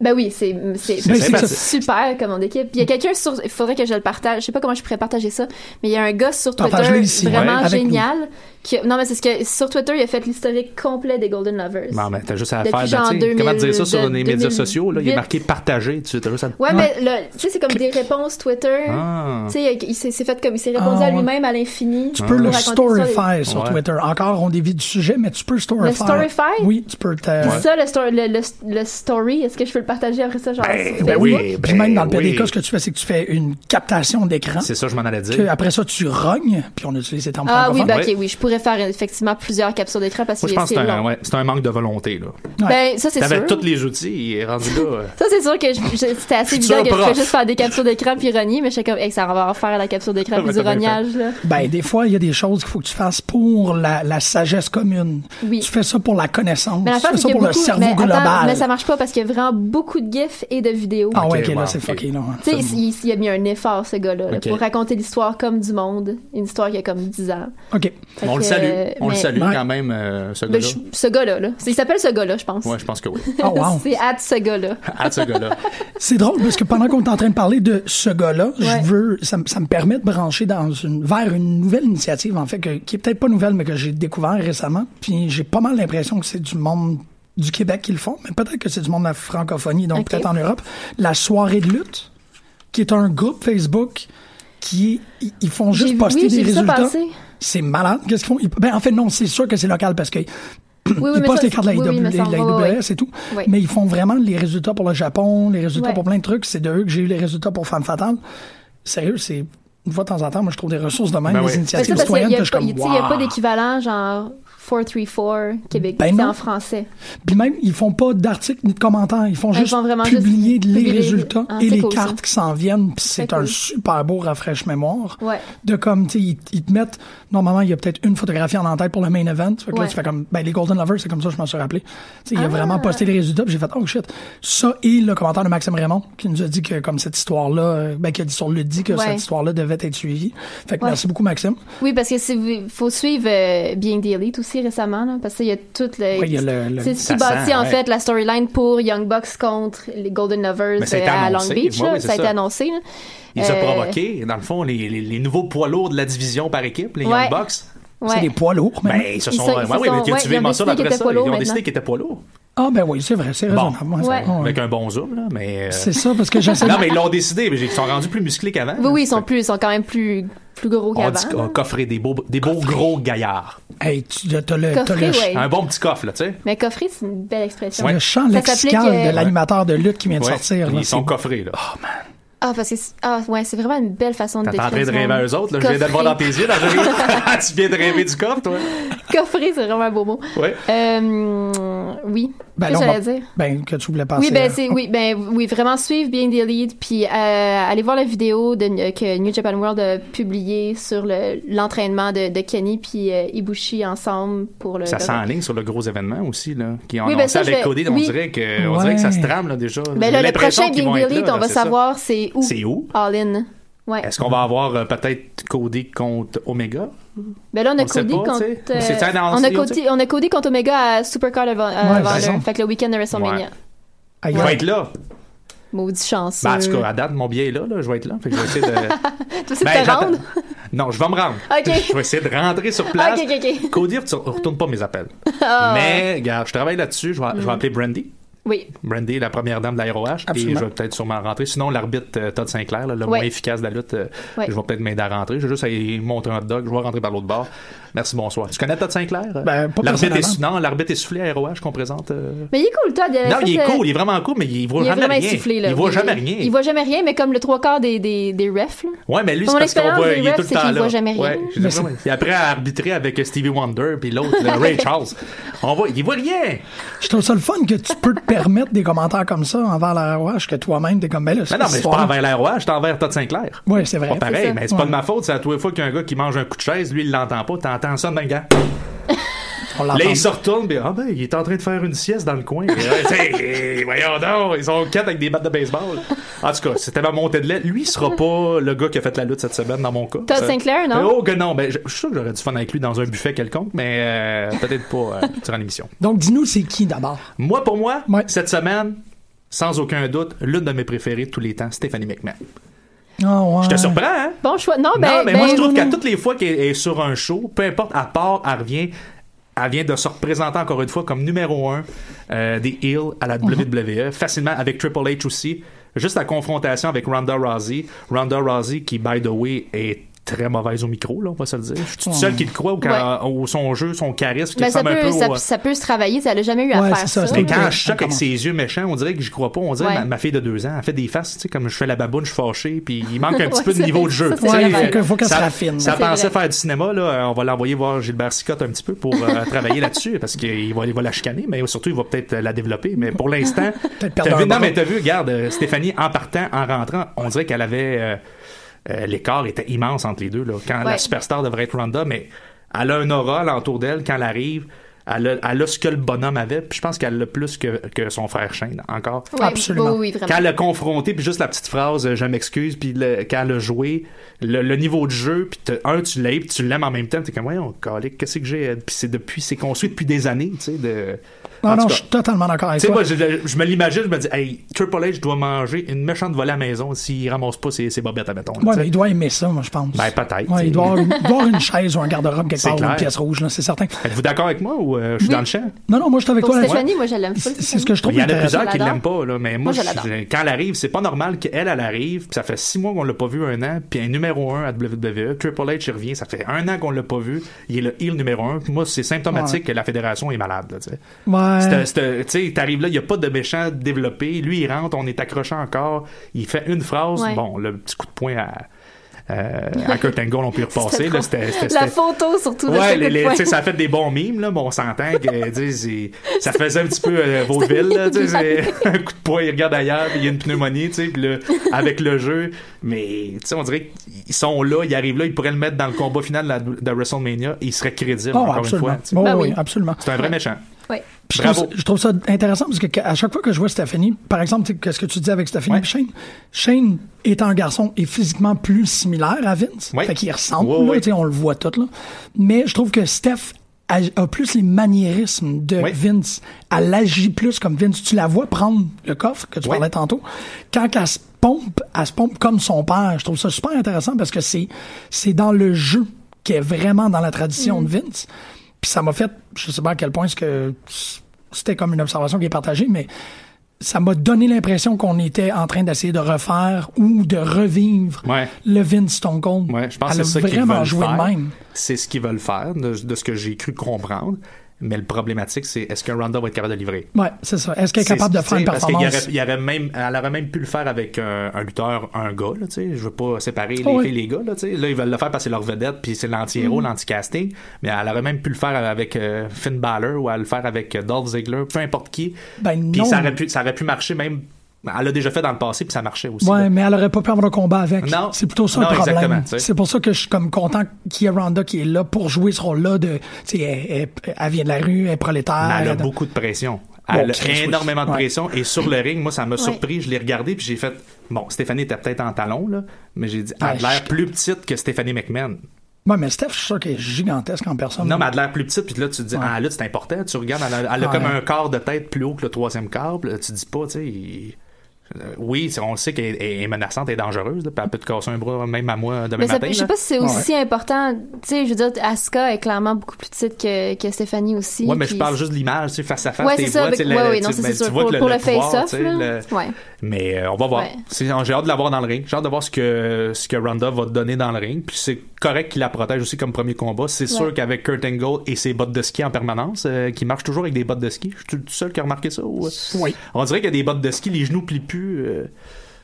S5: Ben oui, c'est c'est
S3: Ben,
S6: c'est
S5: c'est
S6: ça.
S5: super comme mon équipe. Puis Il y a quelqu'un sur il faudrait que je le partage, je sais pas comment je pourrais partager ça, mais il y a un gars sur Twitter
S3: Partage-le ici,
S5: vraiment
S3: ouais, avec
S5: génial qui non mais c'est ce que sur Twitter, il a fait l'historique complet des Golden Lovers.
S6: Non, mais t'as juste à
S5: Depuis
S6: faire.
S5: genre
S6: ben, tu sais,
S5: 2000,
S6: comment dire ça sur
S5: de-
S6: les médias
S5: 2008.
S6: sociaux? Là, il est marqué partager. Tu sais, t'as juste à.
S5: Ouais, mais le- tu sais c'est comme des réponses Twitter.
S6: Ah.
S5: Tu sais, il s'est c'est fait comme il s'est répondu
S3: Ah,
S5: à
S3: ouais.
S5: lui-même à l'infini.
S3: Tu peux le
S5: storyfy.
S3: storify sur
S6: Ouais.
S3: Twitter. Encore, on dévie du sujet, mais tu peux storify.
S5: Le storify?
S3: Oui, tu peux. te-
S5: Euh, Ça, le, story- le, le- le story, est-ce que je peux le partager après ça, genre
S3: Ben,
S5: sur Facebook?
S6: Ben oui.
S3: Puis même dans le pire
S6: oui.
S3: des cas, ce que tu fais, c'est que tu fais une captation d'écran.
S6: C'est ça, je m'en allais dire.
S3: que Après ça, tu rognes, puis on utilise ces termes
S5: Ah oui,
S3: francophones.
S5: ben,
S6: Ouais.
S5: ok, oui, je pourrais faire effectivement plusieurs captures d'écran parce que
S6: Moi, je pense que
S5: c'est
S6: c'est un,
S5: long.
S6: ouais, c'est un manque de volonté. Là.
S5: Ben, ça, c'est sûr.
S6: T'avais tous les outils, il est rendu là. euh,
S5: Ça, c'est sûr que je- je- c'était assez
S6: Futur
S5: évident que je
S6: prof.
S5: pouvais juste faire des captures d'écran puis rogner, mais je sais comme, hey, ça on va en faire la capture d'écran
S6: Ah,
S5: puis
S6: ben,
S5: du
S6: t'as bien
S5: rognage, là.
S3: Ben, des fois, il y a des choses qu'il faut que tu fasses pour la, la sagesse commune.
S5: Oui.
S3: Tu fais ça pour la connaissance.
S5: Mais
S3: tu
S5: l'affaire,
S3: fais
S5: c'est
S3: ça
S5: qu'il y a
S3: pour le
S5: beaucoup...
S3: cerveau
S5: mais, attends,
S3: global.
S5: mais ça marche pas parce qu'il y a vraiment beaucoup de gifs et de vidéos.
S3: Ah ouais,
S6: Ok,
S3: ok, là,
S6: wow,
S3: c'est
S6: ok.
S3: fucké, là.
S5: Tu sais, il, il a mis un effort, ce gars-là, là,
S6: Ok.
S5: pour raconter l'histoire comme du monde. Une histoire qui a comme 10 ans.
S3: OK.
S5: Fait
S6: on le
S5: que, euh,
S6: salue. On le
S5: mais-
S6: salue
S3: Ouais.
S6: quand même, euh, ce
S5: Ben,
S6: gars-là.
S5: je- ce gars-là, là. C'est- Il s'appelle ce gars-là, je pense.
S6: Ouais, je pense que oui.
S3: Oh, wow.
S5: C'est at ce gars-là.
S6: À ce gars-là.
S3: C'est drôle parce que pendant qu'on est en train de parler de ce gars-là,
S5: Ouais.
S3: je veux, ça, me- ça me permet de brancher dans une, vers une nouvelle initiative en fait que- qui est peut-être pas nouvelle mais que j'ai découvert récemment. Puis j'ai pas mal l'impression que c'est du monde du Québec qui le font, mais peut-être que c'est du monde de la francophonie, donc
S5: Ok.
S3: peut-être en Europe. La soirée de lutte, qui est un groupe Facebook qui est- ils- ils font
S5: J'ai
S3: juste
S5: vu-
S3: poster
S5: oui,
S3: des
S5: j'ai vu ça
S3: résultats.
S5: passer.
S3: C'est malade. Qu'est-ce qu'ils font Ils- Ben en fait non, c'est sûr que c'est local parce que
S5: Oui,
S3: ils
S5: mais
S3: postent
S5: ça,
S3: les cartes de la,
S5: oui,
S3: IW,
S5: oui, il me semble,
S3: la
S5: ouais, ouais,
S3: IWS et tout.
S5: Ouais.
S3: Mais ils font vraiment les résultats pour le Japon, les résultats
S5: Ouais.
S3: pour plein de trucs. C'est de eux que j'ai eu les résultats pour Femme Fatale. Sérieux, c'est une fois de temps en temps, moi je trouve des ressources de même,
S6: Ben
S3: des
S6: oui.
S5: Mais ça,
S3: initiatives
S5: parce qu'il y a
S3: citoyennes que je suis
S5: pas-
S3: comme
S5: il- tu sais, il y a pas
S3: Wow!
S5: d'équivalent, genre 434 Québec.
S3: Ben
S5: c'est
S3: non.
S5: en français.
S3: Puis même, ils font pas d'articles ni de commentaires. Ils font
S5: Ils
S3: juste
S5: font vraiment juste
S3: publier les
S5: publier les-
S3: résultats
S5: Ah,
S3: et
S5: c'est
S3: les
S5: cool, ça.
S3: cartes qui s'en viennent. Puis c'est
S5: C'est
S3: un
S5: cool.
S3: super beau rafraîche-mémoire.
S5: Ouais.
S3: De comme, tu sais, ils, ils te mettent. Normalement, il y a peut-être une photographie en tête pour le main event. Fait que là,
S5: Ouais.
S3: tu fais comme. Ben, les Golden Lovers, c'est comme ça, je m'en suis rappelé. Tu sais, il a
S5: Ah.
S3: vraiment posté les résultats. Puis j'ai fait, oh shit. Ça et le commentaire de Maxime Raymond, qui nous a dit que, comme cette histoire-là, euh, ben, qui a dit sur le dit que
S5: Ouais.
S3: cette histoire-là devait être suivie. Fait que
S5: Ouais.
S3: merci beaucoup, Maxime.
S5: Oui, parce que si vous- faut suivre euh, Being the Elite aussi récemment, là, parce qu'il y a toute le.
S3: Ouais, il y a le- le-
S5: c'est ce qui
S6: Ça
S5: bâtit
S6: sent,
S5: en
S6: ouais.
S5: fait la storyline pour Young Bucks contre les Golden Lovers
S6: Mais ça a été
S5: euh, à Long
S6: annoncé.
S5: Beach.
S6: Ouais,
S5: là.
S6: oui, c'est
S5: ça a été
S6: ça.
S5: annoncé. là.
S6: Il s'est
S5: Euh,
S6: provoqué, dans le fond, les, les- les nouveaux poids lourds de la division par équipe, les
S5: Ouais.
S6: Young Bucks.
S3: C'est
S5: Ouais.
S3: des poids lourds, mais.
S6: Ben, ils se
S5: Ils
S6: sont.
S5: sont- ils
S6: ouais,
S5: se
S6: oui,
S5: sont-
S6: mais tu
S5: ouais, ils
S6: suivais
S5: ont
S6: Mansour
S5: décidé qu'ils
S6: après
S5: étaient
S6: ça.
S5: poids
S6: Ils
S5: lourds
S6: ont décidé
S5: maintenant.
S6: qu'ils étaient poids lourds.
S3: Ah, ben oui, c'est vrai, c'est
S6: Bon.
S3: raisonnable. Ouais,
S5: Ouais.
S3: ça- ouais.
S6: Avec un bon zoom, là, mais. euh,
S3: C'est ça, parce que j'essaie
S6: Non, mais ils l'ont décidé, mais ils sont rendus plus musclés qu'avant.
S5: Oui, oui, ils sont plus, ils sont quand même plus, plus gros
S6: On
S5: qu'avant.
S6: dit qu'on
S5: là.
S6: a coffré des beaux, des beaux gros gaillards.
S3: Hey, tu t'as le, t'as
S5: Coffré,
S3: le,
S5: ouais.
S6: Un bon petit coffre, là, tu sais.
S5: Mais coffrer, c'est une belle expression.
S3: le champ
S5: Ça
S3: lexical
S5: s'applique, euh,
S3: de l'animateur de lutte qui vient de
S6: Ouais.
S3: sortir. là,
S6: Ils sont
S3: c'est-
S6: coffrés, là. Oh, man.
S5: Ah, parce que c'est- ah, ouais, c'est vraiment une belle façon de
S6: T'es en
S5: décrire.
S6: train de
S5: ce
S6: rêver à
S5: monde.
S6: eux autres, là. Je viens de le voir dans tes yeux, là. Jérémy. tu viens de rêver du coffre, toi.
S5: Coffrer, c'est vraiment un beau mot.
S6: Ouais.
S5: Euh, oui.
S3: Ben,
S5: Qu'est-ce
S3: là,
S5: que
S3: on va-
S5: j'allais dire?
S3: Ben, que tu voulais passer.
S5: Oui, ben,
S3: à-
S5: c'est, oui, ben, oui, vraiment suivre bien the lead, puis euh, allez voir la vidéo de, que New Japan World a publiée sur le, l'entraînement de, de Kenny puis euh, Ibushi ensemble pour le.
S6: Euh, Ça
S5: le-
S6: sent en ligne sur le gros événement aussi, là. Qui ont
S5: Oui, ben
S6: annoncé
S5: ça, je
S6: avec
S5: vais-
S6: Cody. On,
S5: oui.
S6: dirait que, on
S3: Ouais.
S6: dirait que ça se trame, là, déjà.
S5: Ben
S6: J'ai
S5: là, le
S6: l'impression
S5: prochain
S6: qu'ils
S5: Being
S6: vont
S5: the
S6: être là,
S5: Elite,
S6: là,
S5: on va
S6: c'est ça.
S5: savoir c'est où.
S6: C'est où?
S5: All in. Ouais.
S6: Est-ce qu'on va avoir euh, peut-être Cody contre Omega?
S5: Ben là, on a
S6: On le sait
S5: Cody
S6: pas,
S5: contre.
S6: tu sais.
S5: euh,
S6: C'est ça, dans
S5: on, a
S6: Ontario, tu
S5: Cody, on a Cody contre Omega à Supercard avant, euh,
S3: Ouais,
S5: avant
S3: raison.
S5: le- Fait que le week-end de WrestleMania.
S6: Ouais.
S3: Aïe,
S6: Je vais être là.
S5: Maudit chanceux.
S6: Ben, en tout cas, à date, mon billet est là, là. Je vais être là. Fait que je vais essayer de.
S5: tu sais
S6: Ben,
S5: te
S6: j'attends-
S5: rendre?
S6: Non, je vais me rendre.
S5: Ok.
S6: Je vais essayer de rentrer sur place.
S5: Ok, ok, ok.
S6: Cody ne retourne pas mes appels.
S5: Ah, Mm-hmm.
S6: Mais, regarde, je travaille là-dessus. Je vais, je vais appeler Brandy.
S5: Oui.
S6: Brandy, la première dame de l'AROH, puis
S3: Absolument.
S6: je vais peut-être sûrement rentrer. Sinon, l'arbitre euh, Todd Sinclair, là, le
S5: Ouais.
S6: moins efficace de la lutte, euh,
S5: Ouais.
S6: je vais peut-être m'aider à rentrer. Je vais juste aller monter un hot dog, je vais rentrer par l'autre bord. Merci, bonsoir. Tu connais Todd Sinclair?
S3: Ben, pas
S6: l'arbitre est,
S3: personnellement.
S6: Non, l'arbitre est soufflé à ROH qu'on présente. euh.
S5: Mais il est cool, Todd.
S6: Non,
S5: fait,
S6: il est
S5: euh,
S6: cool, il est vraiment cool, mais il voit
S5: Il est
S6: jamais
S5: vraiment
S6: rien.
S5: insufflé, là.
S6: il voit jamais rien.
S5: Il voit jamais rien, mais comme le trois quarts des, des, des refs, là.
S6: Ouais, mais lui,
S5: Mon
S6: c'est parce qu'on
S5: expérience
S6: voit,
S5: des
S6: il est
S5: refs,
S6: tout le
S5: c'est
S6: temps
S5: qu'il
S6: là.
S5: voit jamais rien.
S6: Ouais, je sais pas. Et après, à arbitrer avec euh, Stevie Wonder, puis l'autre, le Ray Charles. On voit, il voit rien.
S3: Je trouve ça le fun que tu peux te permettre des commentaires comme ça envers la ROH, que toi-même, t'es comme, ben là,
S6: Mais non, mais je suis pas envers la roi, je suis envers Todd Sinclair.
S3: Ouais, c'est vrai.
S6: Pas pareil,
S5: Ben, ça.
S6: mais c'est pas
S3: Ouais.
S6: de ma faute, c'est à tous les fois qu'il y a un gars qui mange un coup de chaise, lui, il l'entend pas, t'entends ça dans le gars.
S3: On
S6: Là,
S3: l'entend.
S6: il se retourne, puis ah ben, il est en train de faire une sieste dans le coin. Et, ouais, t'sais, eh, voyons donc, ils sont quatre avec des battes de baseball. En tout cas, c'était ma montée de lait. Lui, il sera pas le gars qui a fait la lutte cette semaine, dans mon cas.
S5: Todd
S6: Ça-
S5: Sinclair, non?
S6: Mais Oh, que non, ben, je je suis sûr que j'aurais du fun avec lui dans un buffet quelconque, mais euh, peut-être pas euh, durant l'émission.
S3: Donc, dis-nous, c'est qui d'abord?
S6: Moi, pour moi,
S3: Ouais.
S6: cette semaine, sans aucun doute, l'une de mes préférées de tous les temps, Stéphanie McMahon.
S3: Ah ouais.
S6: Je te surprends, hein?
S5: Bon choix. Non, ben.
S6: non, mais moi,
S5: ben,
S6: je trouve qu'à
S5: non.
S6: toutes les fois qu'elle est sur un show, peu importe, à part, elle revient, elle vient de se représenter encore une fois comme numéro un euh, des Hills à la
S5: Mhm.
S6: WWE, facilement avec Triple H aussi. Juste la confrontation avec Ronda Rousey. Ronda Rousey qui, by the way, est très mauvaise au micro, là, on va se le dire. Je suis toute seule qui le croit ou quand- au son jeu, son charisme, qui
S5: Mais Ben, ça
S6: ressemble
S5: peut,
S6: un peu au-
S5: ça,
S6: euh,
S5: ça peut se travailler, ça l'a jamais eu à
S3: Ouais, c'est ça,
S5: faire ça.
S3: c'est
S6: mais
S3: Oui,
S6: quand
S3: oui,
S6: je
S3: on
S6: choque avec
S3: commence.
S6: ses yeux méchants, on dirait que j'y crois pas. On dirait
S5: Ouais.
S6: ma, ma fille de deux ans, elle fait des faces, tu sais, comme je fais la baboune, je suis fâché, puis il manque un petit
S5: Ouais,
S6: peu de
S5: ça,
S6: niveau de jeu.
S5: ça, c'est
S6: Tu sais,
S5: vrai.
S6: il
S5: Faut
S3: que- faut qu'elle
S6: ça-
S3: se raffine.
S6: Ça
S5: C'est
S6: pensait
S5: vrai.
S6: faire du cinéma, là. euh, On va l'envoyer voir Gilbert Sicotte un petit peu pour euh, travailler là-dessus, parce qu'il va, il va la chicaner, mais surtout, il va peut-être la développer. Mais pour l'instant,
S3: Peut-être
S6: t'as
S3: perdre
S6: vu,
S3: un
S6: non,
S3: bras.
S6: mais t'as vu, regarde, euh, Stéphanie, en partant, en rentrant, on dirait qu'elle avait. euh, euh, L'écart était immense entre les deux, là. Quand la
S5: Ouais.
S6: superstar devrait être Ronda, mais elle a un aura autour d'elle quand elle arrive. Elle a, elle a ce que le bonhomme avait, puis je pense qu'elle l'a plus que, que son frère Shane, encore.
S5: Oui,
S3: Absolument.
S5: Oui, oui, vraiment.
S6: Quand elle a confronté, puis juste la petite phrase euh, Je m'excuse », puis le- quand elle a joué, le, le niveau de jeu, puis t'as- un, tu l'aimes, puis tu l'aimes en même temps, t'es comme « Voyons, calique, qu'est-ce que j'ai? » Puis c'est depuis, c'est construit depuis des années, tu sais, de...
S3: Non,
S6: En tout
S3: non,
S6: cas,
S3: je suis totalement d'accord avec
S6: tu sais,
S3: toi.
S6: moi, je, je me l'imagine, je me dis, hey, Triple H doit manger une méchante volée à la maison s'il ramasse pas ses, ses bobettes à béton. là,
S3: Ouais,
S6: tu sais.
S3: mais il doit aimer ça, moi, je pense.
S6: Ben, peut-être,
S3: Ouais,
S6: t'sais.
S3: il doit avoir, il doit avoir une chaise ou un garde-robe quelque
S6: C'est
S3: part, ou une
S6: clair.
S3: pièce rouge, là, c'est certain.
S6: Êtes-vous d'accord avec moi ou euh, je suis
S5: Oui.
S6: dans le champ?
S3: Non, non, moi, je suis avec
S5: Pour
S3: toi là-dessus.
S5: Stéphanie, moi, je l'aime full,
S3: C'est c'est ce que je trouve
S6: Il y en a
S3: intéressant.
S6: plusieurs qui
S5: l'adore.
S6: l'aiment pas, là, mais moi,
S5: Moi, je
S6: je-
S5: l'adore.
S6: je- quand elle arrive, c'est pas normal qu'elle, elle arrive, puis ça fait six mois qu'on l'a pas vu, un an, puis un numéro un à WWE, Triple H il revient, ça fait un an qu'on l'a pas vu, il est le heel numéro un, puis moi, c'est symptomatique que la fédération est malade, là, tu sais.
S3: Ouais.
S6: C'est- c'est- Tu sais, t'arrives là, il n'y a pas de méchant développé. Lui, il rentre, on est accroché encore. Il fait une phrase.
S5: Ouais.
S6: Bon, le petit coup de poing à, euh, à Kurt Angle, on peut y
S5: C'était
S6: repasser. là,
S5: bon.
S6: c'était- c'était-
S5: La
S6: c'était-
S5: photo, surtout. de ce
S6: Ouais,
S5: coup
S6: les-
S5: de
S6: les-
S5: poing.
S6: tu sais, ça a fait des bons mimes, là, mais on s'entend que tu sais, c'est- ça faisait un petit peu euh, vaudeville. Là, tu sais, c'est- un coup de poing, il regarde ailleurs, puis il y a une pneumonie, tu sais, puis là, avec le jeu. Mais tu sais, on dirait qu'ils sont là, ils arrivent là, ils pourraient le mettre dans le combat final de, la- de WrestleMania, et il serait crédible,
S3: Oh,
S6: encore
S3: absolument.
S6: une fois. tu sais.
S3: Oh,
S5: Ben
S3: oui,
S5: oui.
S3: absolument.
S6: C'est un vrai méchant.
S5: Ouais.
S3: Puis Je trouve,
S6: Bravo.
S3: ça, je trouve ça intéressant parce que que à chaque fois que je vois Stéphanie, par exemple, tu sais, qu'est-ce que tu dis avec Stéphanie
S6: Ouais.
S3: puis Shane? Shane étant un garçon est physiquement plus similaire à Vince.
S6: Ouais.
S3: Fait qu'il ressemble,
S6: Ouais,
S3: là,
S6: ouais.
S3: tu sais, on le voit tout. Là. Mais je trouve que Steph a, a plus les maniérismes de
S6: Ouais.
S3: Vince. Elle agit plus comme Vince. Tu la vois prendre le coffre que tu
S6: Ouais.
S3: parlais tantôt. Quand elle se pompe, elle se pompe comme son père. Je trouve ça super intéressant parce que c'est c'est dans le jeu qui est vraiment dans la tradition de Vince. Puis ça m'a fait, je sais pas à quel point ce que c'était comme une observation qui est partagée, mais ça m'a donné l'impression qu'on était en train d'essayer de refaire ou de revivre
S6: Ouais.
S3: le Vince Stone Cold.
S6: Ouais, je pense
S3: Elle
S6: que c'est
S3: a
S6: ça qu'ils
S3: vraiment
S6: veulent
S3: joué
S6: faire.
S3: de même.
S6: C'est ce qu'ils veulent faire, de, de ce que j'ai cru comprendre. Mais le problématique, c'est est-ce que Ronda va être capable de livrer?
S3: Ouais, c'est ça. Est-ce qu'elle est capable de
S6: C'est-
S3: faire une
S6: tu sais, parce qu'il
S3: performance?
S6: y aurait- il y aurait même, elle aurait même pu le faire avec un, un lutteur, un gars. Là, tu sais. je veux pas séparer les
S3: Oh oui. Mm.
S6: filles et les gars. Là, tu sais. Là, ils veulent le faire parce que c'est leur vedette, puis c'est l'anti-héros, l'anti-casting. Mais elle aurait même pu le faire avec euh, Finn Balor ou à le faire avec euh, Dolph Ziggler, peu importe qui.
S3: Ben
S6: puis
S3: non.
S6: ça aurait, pu, ça aurait pu marcher même. Elle l'a déjà fait dans le passé, puis ça marchait aussi. là.
S3: Ouais, mais elle aurait pas pu avoir un combat avec.
S6: Non.
S3: C'est plutôt ça
S6: Non,
S3: le problème.
S6: exactement, tu sais.
S3: C'est pour ça que je suis comme content qu'il y ait Ronda qui est là pour jouer ce rôle-là de, tu sais, elle, elle- elle vient de la rue, elle est prolétaire.
S6: Mais elle a
S3: elle-
S6: beaucoup de pression. Elle
S3: Christ,
S6: a
S3: oui.
S6: énormément de
S3: Ouais.
S6: pression. Et sur le ring, moi, ça m'a
S5: Ouais.
S6: surpris. Je l'ai regardé, puis j'ai fait. Bon, Stéphanie était peut-être en talon, là, mais j'ai dit, elle a
S3: Ouais,
S6: de l'air
S3: je-
S6: plus petite que Stéphanie McMahon.
S3: Ouais, mais Steph, je suis sûr qu'elle est gigantesque en personne.
S6: Non, mais elle a de l'air plus petite, puis là, tu te dis,
S3: Ouais.
S6: ah, là, c'est important. Tu regardes, elle a, elle a
S3: Ouais.
S6: comme un quart de tête plus haut que le troisième quart, puis là, tu dis pas, tu sais. il- euh, Oui, on le sait qu'elle est est menaçante et dangereuse, là, puis elle peut te casser un bras, même à moi, demain
S5: Mais ça-
S6: matin.
S5: je
S6: là.
S5: sais pas si c'est aussi important. Tu sais, je veux dire, Asuka est clairement beaucoup plus petite que, que Stéphanie aussi.
S6: Ouais, mais je
S5: puis-
S6: parle juste de l'image, tu sais, face à face,
S5: Ouais,
S6: tes
S5: c'est ça.
S6: voix, tu sais,
S5: avec-
S6: le-
S5: ouais, ouais,
S6: tu-
S5: non, ça,
S6: ben,
S5: c'est
S6: tu
S5: sûr.
S6: vois
S5: Pour,
S6: le-
S5: pour
S6: le
S5: le
S6: pouvoir,
S5: face-off,
S6: tu sais,
S5: là.
S6: le-
S5: Ouais.
S6: Mais euh, on va voir.
S5: Ouais.
S6: C'est- J'ai hâte de l'avoir dans le ring. J'ai hâte de voir ce que, ce que Ronda va te donner dans le ring. Puis c'est correct qu'il la protège aussi comme premier combat. C'est
S5: Ouais.
S6: sûr qu'avec Kurt Angle et ses bottes de ski en permanence, euh, qui marche toujours avec des bottes de ski. Je suis le seul qui a remarqué ça. ou- euh,
S3: Oui.
S6: On dirait qu'il y a des bottes de ski, les genoux plient plus. euh,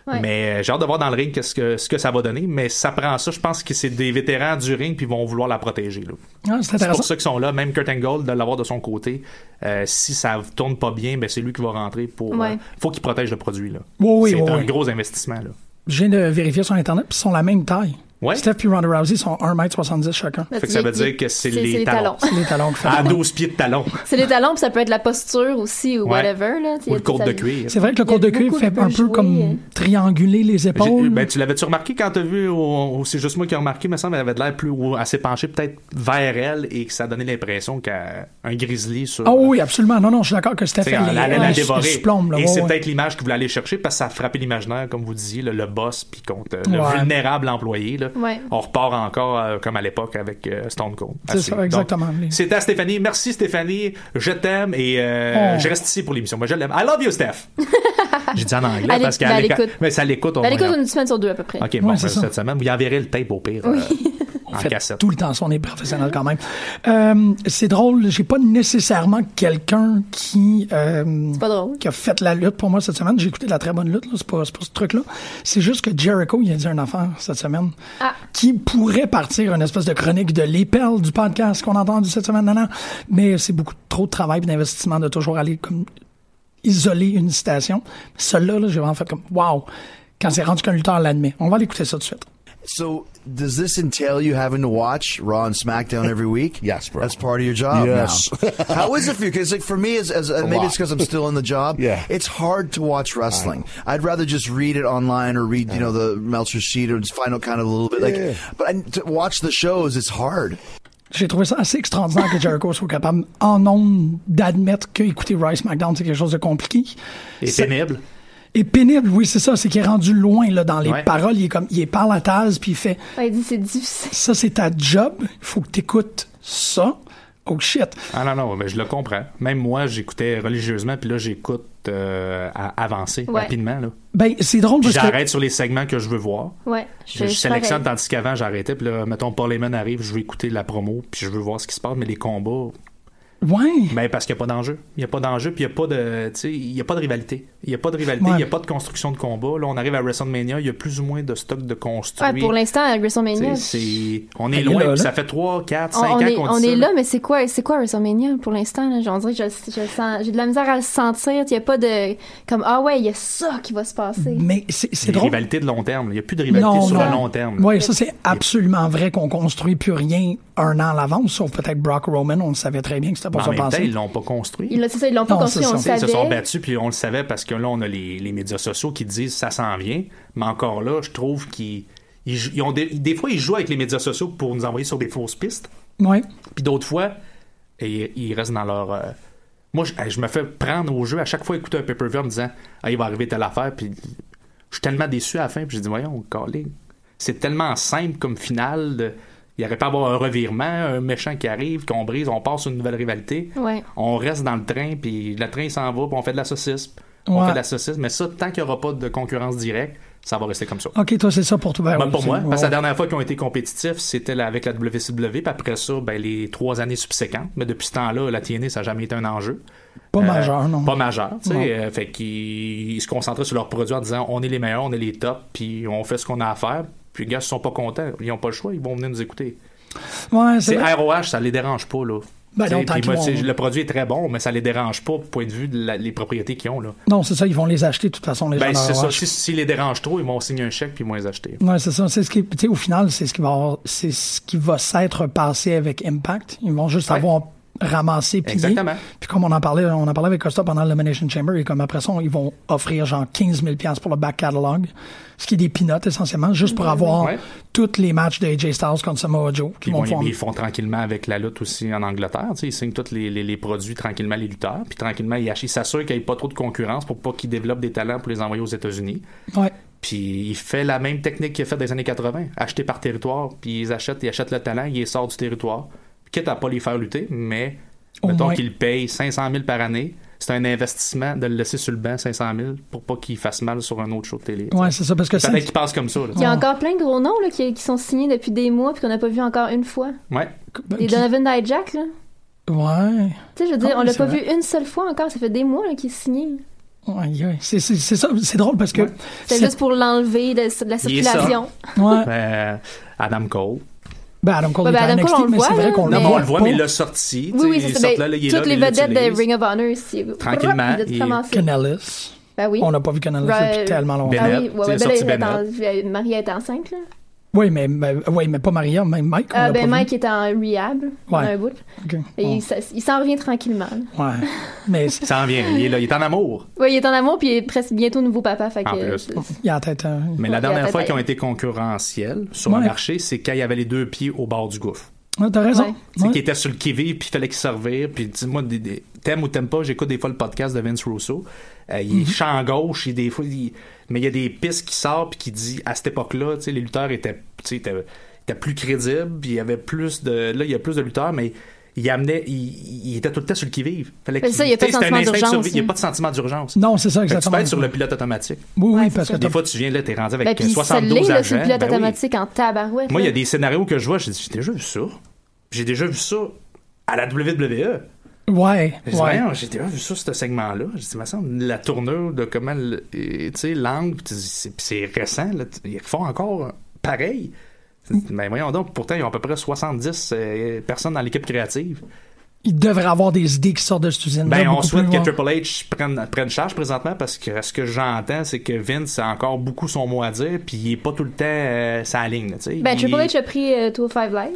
S5: Ouais.
S6: Mais euh, j'ai hâte de voir dans le ring qu'est-ce que, ce que ça va donner. Mais ça prend ça. Je pense que c'est des vétérans du ring puis ils vont vouloir la protéger. là.
S3: Ah, c'est
S6: C'est
S3: intéressant.
S6: pour ça qu'ils sont là. Même Kurt Angle, de l'avoir de son côté, euh, si ça tourne pas bien, ben c'est lui qui va rentrer pour. euh,
S5: Ouais.
S6: faut qu'il protège le produit. Là.
S3: Oui, oui,
S6: c'est
S3: oui,
S6: un
S3: oui.
S6: gros investissement. Là.
S3: Je viens de vérifier sur Internet, puis ils sont la même taille.
S6: Ouais.
S3: Steph et Ronda Rousey sont 1m70 chacun.
S5: Parce
S6: Fait que ça
S5: il-
S6: veut dire
S5: il-
S6: que c'est les talons.
S3: Les talons que fait
S6: À
S3: Ronda.
S6: 12 pieds de talon.
S5: C'est les talons, puis ça peut être la posture aussi, ou
S6: Ouais.
S5: whatever. Là,
S6: ou le
S5: cours
S6: côte de cuir.
S3: C'est vrai que le
S5: Il y
S3: cours
S5: a
S3: de cuir
S5: beaucoup
S3: fait
S5: qui
S3: un
S5: peuvent
S3: peu
S5: jouer, euh.
S3: comme trianguler les
S6: J'ai-
S3: épaules.
S6: Ben, tu l'avais-tu remarqué quand t'as vu, au- au- c'est juste moi qui ai remarqué, mais ça, elle avait de l'air plus haut, assez penchée peut-être vers elle et que ça donnait l'impression qu'un grizzly sur.
S3: Ah oui, absolument. Non, non, je suis d'accord que Steph,
S6: T'sais, elle allait la
S3: elle
S6: dévorer.
S3: se plombe. là.
S6: et
S3: Ouais,
S6: c'est
S3: ouais.
S6: peut-être l'image que vous voulez aller chercher parce que ça a frappé l'imaginaire, comme vous disiez, le, le boss puis contre euh, le
S3: Ouais.
S6: vulnérable employé. là.
S5: Ouais.
S6: On repart encore euh, comme à l'époque avec euh, Stone Cold.
S3: C'est
S6: Assez.
S3: ça,
S6: Donc,
S3: exactement.
S6: C'était à Stéphanie. Merci Stéphanie. Je t'aime et euh,
S3: Oh.
S6: je reste ici pour l'émission. Moi, je l'aime. I love you, Steph. J'ai dit en anglais
S5: Allez,
S6: parce qu'elle
S5: ben,
S6: l'éco-
S5: l'écoute.
S6: Mais ça l'écoute. on-
S5: Ben, l'écoute, une semaine sur deux, à peu près.
S6: Ok, bon,
S3: Ouais,
S6: ben,
S3: c'est ça.
S6: cette semaine, vous y enverrez le tape au pire euh, en
S3: fait
S6: cassette.
S3: tout le temps. ça, On est professionnel quand même. Euh, c'est drôle. J'ai pas nécessairement quelqu'un qui euh,
S5: C'est pas drôle.
S3: qui a fait la lutte pour moi cette semaine. J'ai écouté de la très bonne lutte. là. C'est pas, c'est pas ce truc-là. C'est juste que Jericho, il a dit un affaire cette semaine
S5: Ah.
S3: qui pourrait partir une espèce de chronique de l'épelle du podcast qu'on a entendu cette semaine. Non, non. Mais c'est beaucoup trop de travail et d'investissement de toujours aller comme isoler une citation. Celle-là, là, j'ai vraiment fait comme wow. Quand c'est rendu qu'un lutteur l'admet. On va l'écouter ça tout de suite.
S7: So, does this entail you having to watch Raw and SmackDown every week?
S8: Yes, bro.
S7: That's part of your job
S8: Yes.
S7: now. How is it for you? Because like for me, as, as uh, maybe
S8: lot.
S7: it's because I'm still in the job.
S8: Yeah.
S7: it's hard to watch wrestling. I'd rather just read it online or read you know the Meltzer sheet or just find out kind of a little bit. Like, but I, to watch the shows, it's hard.
S3: J'ai trouvé ça assez extraordinaire que Jericho soit capable, en ondes, d'admettre que écouter Rice McDonald, c'est quelque chose de compliqué.
S6: Et
S3: C'est-
S6: pénible.
S3: Et pénible, oui, c'est ça. C'est qu'il est rendu loin là, dans les
S6: Ouais.
S3: paroles. Il est comme, il est par la tasse, puis il fait
S5: Ouais, il dit c'est difficile.
S3: ça, c'est ta job. Il faut que t'écoutes ça. Oh shit.
S6: Ah non, non, mais je le comprends. Même moi, j'écoutais religieusement, puis là, j'écoute euh, à avancer
S5: Ouais.
S6: rapidement. Là.
S3: Ben, c'est drôle
S6: Puis
S3: parce que.
S6: j'arrête sur les segments que je veux voir.
S5: Ouais, je,
S6: Je,
S5: je
S6: je
S5: suis
S6: sélectionne,
S5: pareil.
S6: tandis qu'avant, j'arrêtais. Puis là, mettons, Paul Heyman arrive, je veux écouter la promo, puis je veux voir ce qui se passe, mais les combats,
S3: Ouais.
S6: ben parce qu'il n'y a pas d'enjeu. Il n'y a pas d'enjeu, puis il n'y a pas de. tu sais, Il n'y a pas de rivalité. Il n'y a pas de rivalité,
S3: Ouais.
S6: il n'y a pas de construction de combat. Là, on arrive à WrestleMania, il y a plus ou moins de stock de construit.
S5: Ouais, pour l'instant, à
S6: Tu sais,
S5: WrestleMania,
S6: c'est- On
S3: Il
S6: est
S3: est
S6: loin,
S3: là,
S6: puis
S3: là.
S6: ça fait 3, 4,
S5: on,
S6: 5 ans
S5: on
S6: qu'on
S5: est,
S6: dit
S5: on
S6: ça,
S5: est là, mais c'est quoi, c'est quoi WrestleMania pour l'instant? là? On dirait que je, le- je le sens, j'ai de la misère à le sentir. Il n'y a pas de. Comme, ah ouais, il y a ça qui va se passer.
S3: Mais c'est c'est
S6: Des
S3: drôle.
S6: rivalités de long terme. Il n'y a plus de rivalité sur le long terme.
S3: Oui, ça, c'est absolument vrai qu'on construit plus rien un an à l'avance, sauf peut-être Brock Roman. On le savait très bien que c'était pas
S6: Mais en
S3: ça
S6: même temps,
S3: pensé.
S6: ils l'ont pas construit.
S5: Ils l'ont- c'est ça, ils l'ont pas
S3: Non,
S5: construit,
S3: c'est
S5: on le
S3: ça.
S6: Ils
S5: savait.
S6: se sont battus, puis on le savait parce que là, on a les, les médias sociaux qui disent ça s'en vient. Mais encore là, je trouve qu'ils. ils jou- ils ont des, des fois, ils jouent avec les médias sociaux pour nous envoyer sur des fausses pistes.
S3: Ouais.
S6: Puis d'autres fois, et- ils restent dans leur. euh, Moi, je, je me fais prendre au jeu à chaque fois écouter un pay-per-view en me disant ah, il va arriver telle affaire. Puis je suis tellement déçu à la fin. Puis je dis voyons, calling. C'est tellement simple comme finale. de- Il n'y aurait pas à avoir un revirement, un méchant qui arrive, qu'on brise, on passe une nouvelle rivalité.
S5: Ouais.
S6: On reste dans le train, puis le train s'en va, puis on fait de la saucisse. On
S3: Ouais.
S6: fait de la saucisse. Mais ça, tant qu'il n'y aura pas de concurrence directe, ça va rester comme ça.
S3: OK, toi, c'est ça pour tout. Ben,
S6: Même
S3: oui,
S6: Bah, pour
S3: c'est-
S6: moi, parce que la
S3: ouais.
S6: dernière fois qu'ils ont été compétitifs, c'était la- avec la WCW, puis après ça, ben, les trois années subséquentes. Mais depuis ce temps-là, la TNA, ça n'a jamais été un enjeu.
S3: Pas
S6: Euh,
S3: majeur, non.
S6: Pas majeur, tu sais.
S3: Non.
S6: euh, fait qu'ils ils se concentraient sur leurs produits en disant on est les meilleurs, on est les tops, puis on fait ce qu'on a à faire. Puis les gars, ils sont pas contents, ils n'ont pas le choix, ils vont venir nous écouter.
S3: Ouais, c'est
S6: C'est
S3: vrai.
S6: ROH, ça les dérange pas, là.
S3: Ben
S6: Tu sais,
S3: non, tant
S6: puis
S3: qu'ils
S6: moi,
S3: vont-
S6: tu sais, le produit est très bon, mais ça les dérange pas, point de vue des propriétés qu'ils ont, là.
S3: Non, c'est ça, ils vont les acheter de toute façon, les
S6: Ben,
S3: gens.
S6: c'est
S3: d'Orange.
S6: ça. Si, si les dérange trop, ils vont signer un chèque, puis ils vont les acheter.
S3: Ouais, c'est ça. C'est ce qui, tu sais, au final, c'est ce qui va, avoir- c'est ce qui va s'être passé avec Impact. Ils vont juste avoir ramasser, piller.
S6: Exactement.
S3: Puis comme on en parlait, on en parlait avec Costa pendant l'Elimination Chamber, et comme après ça, on- ils vont offrir genre 15 000 pour le back catalogue, ce qui est des peanuts essentiellement, juste pour avoir
S6: Ouais.
S3: tous les matchs de AJ Styles contre Samoa Joe. qui
S6: Puis bon,
S3: vont
S6: ils,
S3: pouvoir-
S6: ils font tranquillement avec la lutte aussi en Angleterre. tu sais, Ils signent tous les, les- les produits tranquillement, les lutteurs. Puis tranquillement, ils ach- ils s'assurent qu'il n'y ait pas trop de concurrence pour pas qu'ils développent des talents pour les envoyer aux États-Unis.
S3: Ouais.
S6: Puis il fait la même technique qu'il a faite dans les années 80. Acheter par territoire, puis ils achètent, ils achètent le talent, ils les sortent du territoire. Quitte à pas les faire lutter, mais
S3: Au
S6: mettons
S3: moins.
S6: qu'ils payent 500 000 par année. C'est un investissement de le laisser sur le banc 500 000 pour pas qu'il fasse mal sur un autre show de télé.
S3: Ouais, c'est ça, parce que
S6: Ça
S3: c'est
S6: qui passe comme ça. là.
S5: Il y a encore plein de gros noms là, qui, qui sont signés depuis des mois puis qu'on n'a pas vu encore une fois.
S6: Ouais.
S5: Les Donovan Dijak, là.
S3: Ouais.
S5: Tu sais, je veux dire,
S3: Ah,
S5: on
S3: oui,
S5: l'a
S3: c'est
S5: pas
S3: vrai.
S5: vu une seule fois encore. Ça fait des mois là, qu'il est signé.
S3: Ouais, ouais. C'est, c'est, c'est ça, c'est drôle parce que.
S5: C'est juste pour l'enlever de, de la
S6: Il est ça.
S5: circulation.
S3: Ouais.
S6: Euh, Adam Cole.
S3: Ben, Adam Cole
S5: Ouais,
S3: est
S5: ben,
S3: à
S5: Adam Cole,
S3: NXT,
S5: on le
S3: mais c'est
S5: voit,
S3: vrai
S5: là,
S3: qu'on
S5: mais-
S3: l'a
S5: Non,
S6: on le voit,
S3: pas.
S6: mais il l'a sorti. tu
S5: Oui,
S6: sais,
S5: oui,
S6: il
S5: c'est
S6: sort
S5: ça.
S6: là,
S5: Ben,
S6: là, il est là,
S5: toutes les
S6: il l'utilise.
S5: vedettes de Ring of Honor ici.
S6: Tranquillement,
S5: Il a tout
S6: il-
S5: commencé.
S3: Canellis.
S5: Ben oui.
S3: On n'a pas vu Canellis depuis
S5: Ra-
S3: tellement longtemps.
S5: Ah
S6: Bennett,
S5: oui,
S6: tu
S5: ouais,
S6: sais,
S5: ouais, ben là,
S6: sorti
S5: il est en- Maria est enceinte, là.
S3: Oui, mais, mais, ouais, mais pas Maria, mais Mike. on
S5: Ah,
S3: l'a
S5: ben
S3: pas
S5: Mike est en rehab, dans
S3: Ouais.
S5: un bout.
S3: vu. Ok.
S5: Et
S3: Ouais.
S5: il, s- il s'en revient tranquillement. là.
S3: Ouais. Mais c'est-
S6: Ça en vient. Il est là, il est en amour.
S5: Ouais, il est en amour, puis il est presque bientôt nouveau papa. Fait
S6: En
S5: que,
S6: plus.
S3: il a la tête. euh,
S6: Mais
S5: Ouais,
S6: la dernière
S5: peut-être.
S6: fois qu'ils ont été concurrentiels sur
S3: Ouais.
S6: le marché, c'est quand il y avait les deux pieds au bord du gouffre.
S3: ouais, Ah, T'as
S5: Ouais.
S3: raison.
S6: Tu sais,
S3: Ouais.
S6: qui était sur le qui-vive, puis il fallait qu'il servait. Puis dis-moi, des- des- t'aimes ou t'aimes pas, j'écoute des fois le podcast de Vince Russo. Euh, il est
S5: Mhm.
S6: champ gauche, il est des fois, il- mais il y a des pistes qui sortent, puis qui dit, à cette époque-là, tu sais, les lutteurs étaient, tu sais, étaient, étaient plus crédibles, puis il y avait plus de. Là, il y a plus de lutteurs, mais il amenait, il, il était tout le temps sur le qui-vive. Fallait
S5: Mais
S6: qu'il-
S5: ça, il y a pas
S6: tu
S5: de
S6: sais, c'était un
S5: sentiment
S6: instinct de
S5: d'urgence, hein.
S6: survie. Il n'y a
S5: là.
S6: pas de sentiment d'urgence.
S3: Non, c'est ça,
S6: Fait que tu
S3: exactement.
S6: peux être sur le pilote automatique.
S3: Oui, oui,
S5: Ouais, c'est
S3: parce que
S5: ça.
S3: t'as-
S6: Des fois, tu viens là, t'es rendu avec
S5: Ben, puis ça
S6: 72
S5: l'est, là,
S6: agents.
S5: sur le pilote
S6: Ben oui.
S5: automatique en tabarouette.
S6: Moi, il y a
S5: là.
S6: des scénarios que je vois, j'ai dit, j'ai déjà vu ça. J'ai déjà vu ça à la WWE.
S3: Ouais,
S6: J'ai dit,
S3: ouais.
S6: voyons, j'ai déjà vu ça, ce segment-là. J'ai dit, mais ça, la tournure de comment, le- et, tu sais, l'angle, puis tu dis, c'est- puis c'est récent, là, tu- ils font encore pareil. Mais voyons donc, pourtant, ils ont à peu près 70 euh, personnes dans l'équipe créative.
S3: Il devrait avoir des idées qui sortent de cette usine.
S6: Ben, on souhaite que Triple H prenne, prenne charge présentement parce que ce que j'entends, c'est que Vince a encore beaucoup son mot à dire, puis il est pas tout le temps euh, sa ligne. là, tu sais.
S5: Ben,
S6: Il-
S5: Triple H a pris euh, 205 Live.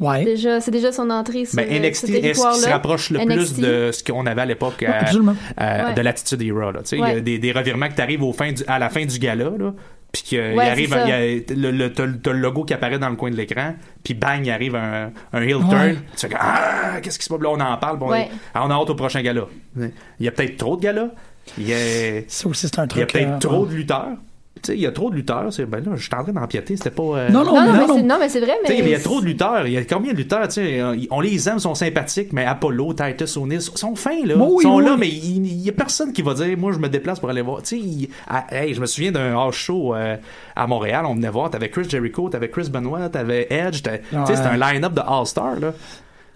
S3: Ouais.
S5: Déjà, c'est déjà son entrée sur
S6: Ben,
S5: euh,
S6: NXT
S5: ce
S6: est ce qui se
S5: territoire-là.
S6: rapproche le plus
S5: NXT.
S6: de ce qu'on avait à l'époque euh,
S3: absolument.
S6: euh,
S5: Ouais.
S6: de l'attitude Era. Là. Tu sais, Il y a
S5: Ouais.
S6: des, des revirements que tu arrives à la fin du gala, là, puis qu'il
S5: Ouais,
S6: arrive,
S5: c'est ça.
S6: il y a le, le- t'as le- t'as le logo qui apparaît dans le coin de l'écran, puis bang, il arrive un, un heel
S3: Ouais.
S6: turn. Tu fais comme, ah, qu'est-ce qui se passe? Là, on en parle, puis on,
S5: Ouais.
S6: ah, on a hâte au prochain gala. Il y a peut-être trop de galas. Il y a, il
S3: Ça aussi, c'est un
S6: y
S3: truc.
S6: a peut-être
S3: euh,
S6: trop
S3: ouais.
S6: de lutteurs. Tu sais, il y a trop de lutteurs. C'est, ben là, je suis en train d'empiéter, c'était pas. euh,
S3: Non, non,
S5: Non, non,
S3: non,
S5: mais
S3: Oh, non.
S5: c'est- non, mais c'est vrai,
S6: tu
S5: mais.
S6: sais, Il y a trop de lutteurs. Il y a combien de lutteurs? tu sais, euh, On les aime, ils sont sympathiques, mais Apollo, Titus, O'Neill sont- sont fins. Là.
S3: Oui,
S6: ils sont
S3: oui.
S6: là, mais il il y a personne qui va dire Moi, je me déplace pour aller voir. Tu sais, il- ah, hey, je me souviens d'un house show euh, à Montréal. On venait voir. T'avais Chris Jericho, t'avais Chris Benoit, t'avais Edge. t'as- tu sais, C'était un line-up de All-Star. Là,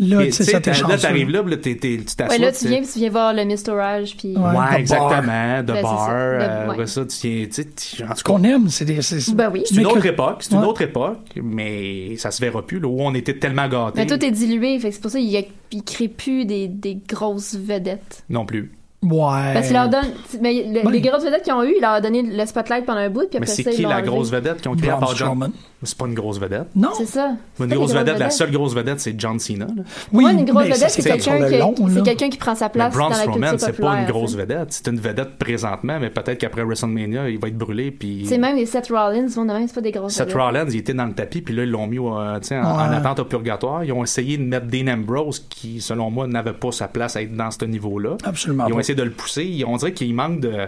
S3: Là,
S6: Et,
S3: tu sais,
S6: tu sais,
S3: ça t'es
S6: t'as- là,
S3: chanceux.
S6: t'arrives là, puis là, t'es- t'es- tu t'assois.
S5: Ouais, là,
S6: tu
S5: tu
S6: sais.
S5: viens, puis tu viens voir le Mr. Raj, puis.
S3: Ouais.
S6: Ouais,
S3: The
S6: exactement. De
S5: Ben, c'est ça.
S6: bar. euh,
S5: Ben, ouais.
S6: après ça, tu viens. tu sais, tu- en tout cas,
S3: Qu'on aime, c'est des. c'est-
S5: Ben oui.
S6: c'est une
S3: mais que-
S6: autre époque. C'est une
S3: Ouais.
S6: autre époque, mais ça se verra plus. Là, où on était tellement gâtés.
S5: Mais tout est dilué, fait que c'est pour ça qu'il y a- il crée plus des, des grosses vedettes.
S6: Non plus.
S3: Ouais.
S5: Parce qu'il leur donne. Mais le-
S3: Ben,
S5: les grosses vedettes qu'ils ont eues, il leur a donné le spotlight pendant un bout, puis après
S6: Mais
S5: ça,
S6: c'est
S5: ils
S6: qui
S5: l'ont
S6: la
S5: enlevé.
S6: grosse vedette qui ont créé à
S3: Braun
S6: part John
S3: Strowman.
S6: C'est pas une grosse vedette.
S3: Non.
S5: C'est ça. C'est
S6: Une
S5: pas
S6: grosse
S5: des grosses
S6: vedette, la
S5: vedettes.
S6: seule grosse vedette, c'est John Cena. là.
S3: Oui,
S5: Moi, une grosse
S3: mais ça,
S5: vedette, c'est
S3: fait sur
S5: quelqu'un
S3: le long,
S5: qui,
S3: là.
S5: c'est quelqu'un qui prend sa
S6: Mais
S5: place dans
S6: Braun
S5: la culture
S6: Strowman,
S5: populaire.
S6: c'est pas une grosse
S5: ça.
S6: vedette. C'est une vedette présentement, mais peut-être qu'après WrestleMania, il va être brûlé. Puis
S5: C'est même les Seth Rollins, mon nom, c'est pas des grosses
S6: Seth
S5: vedettes.
S6: Rollins, il était dans le tapis, puis là, ils l'ont mis euh, tu sais, en, en
S3: Ouais.
S6: attente au purgatoire. Ils ont essayé de mettre Dean Ambrose, qui, selon moi, n'avait pas sa place à être dans ce niveau-là.
S3: Absolument
S6: Ils ont
S3: pas.
S6: essayé de le pousser. Ils- On dirait qu'il manque de. euh,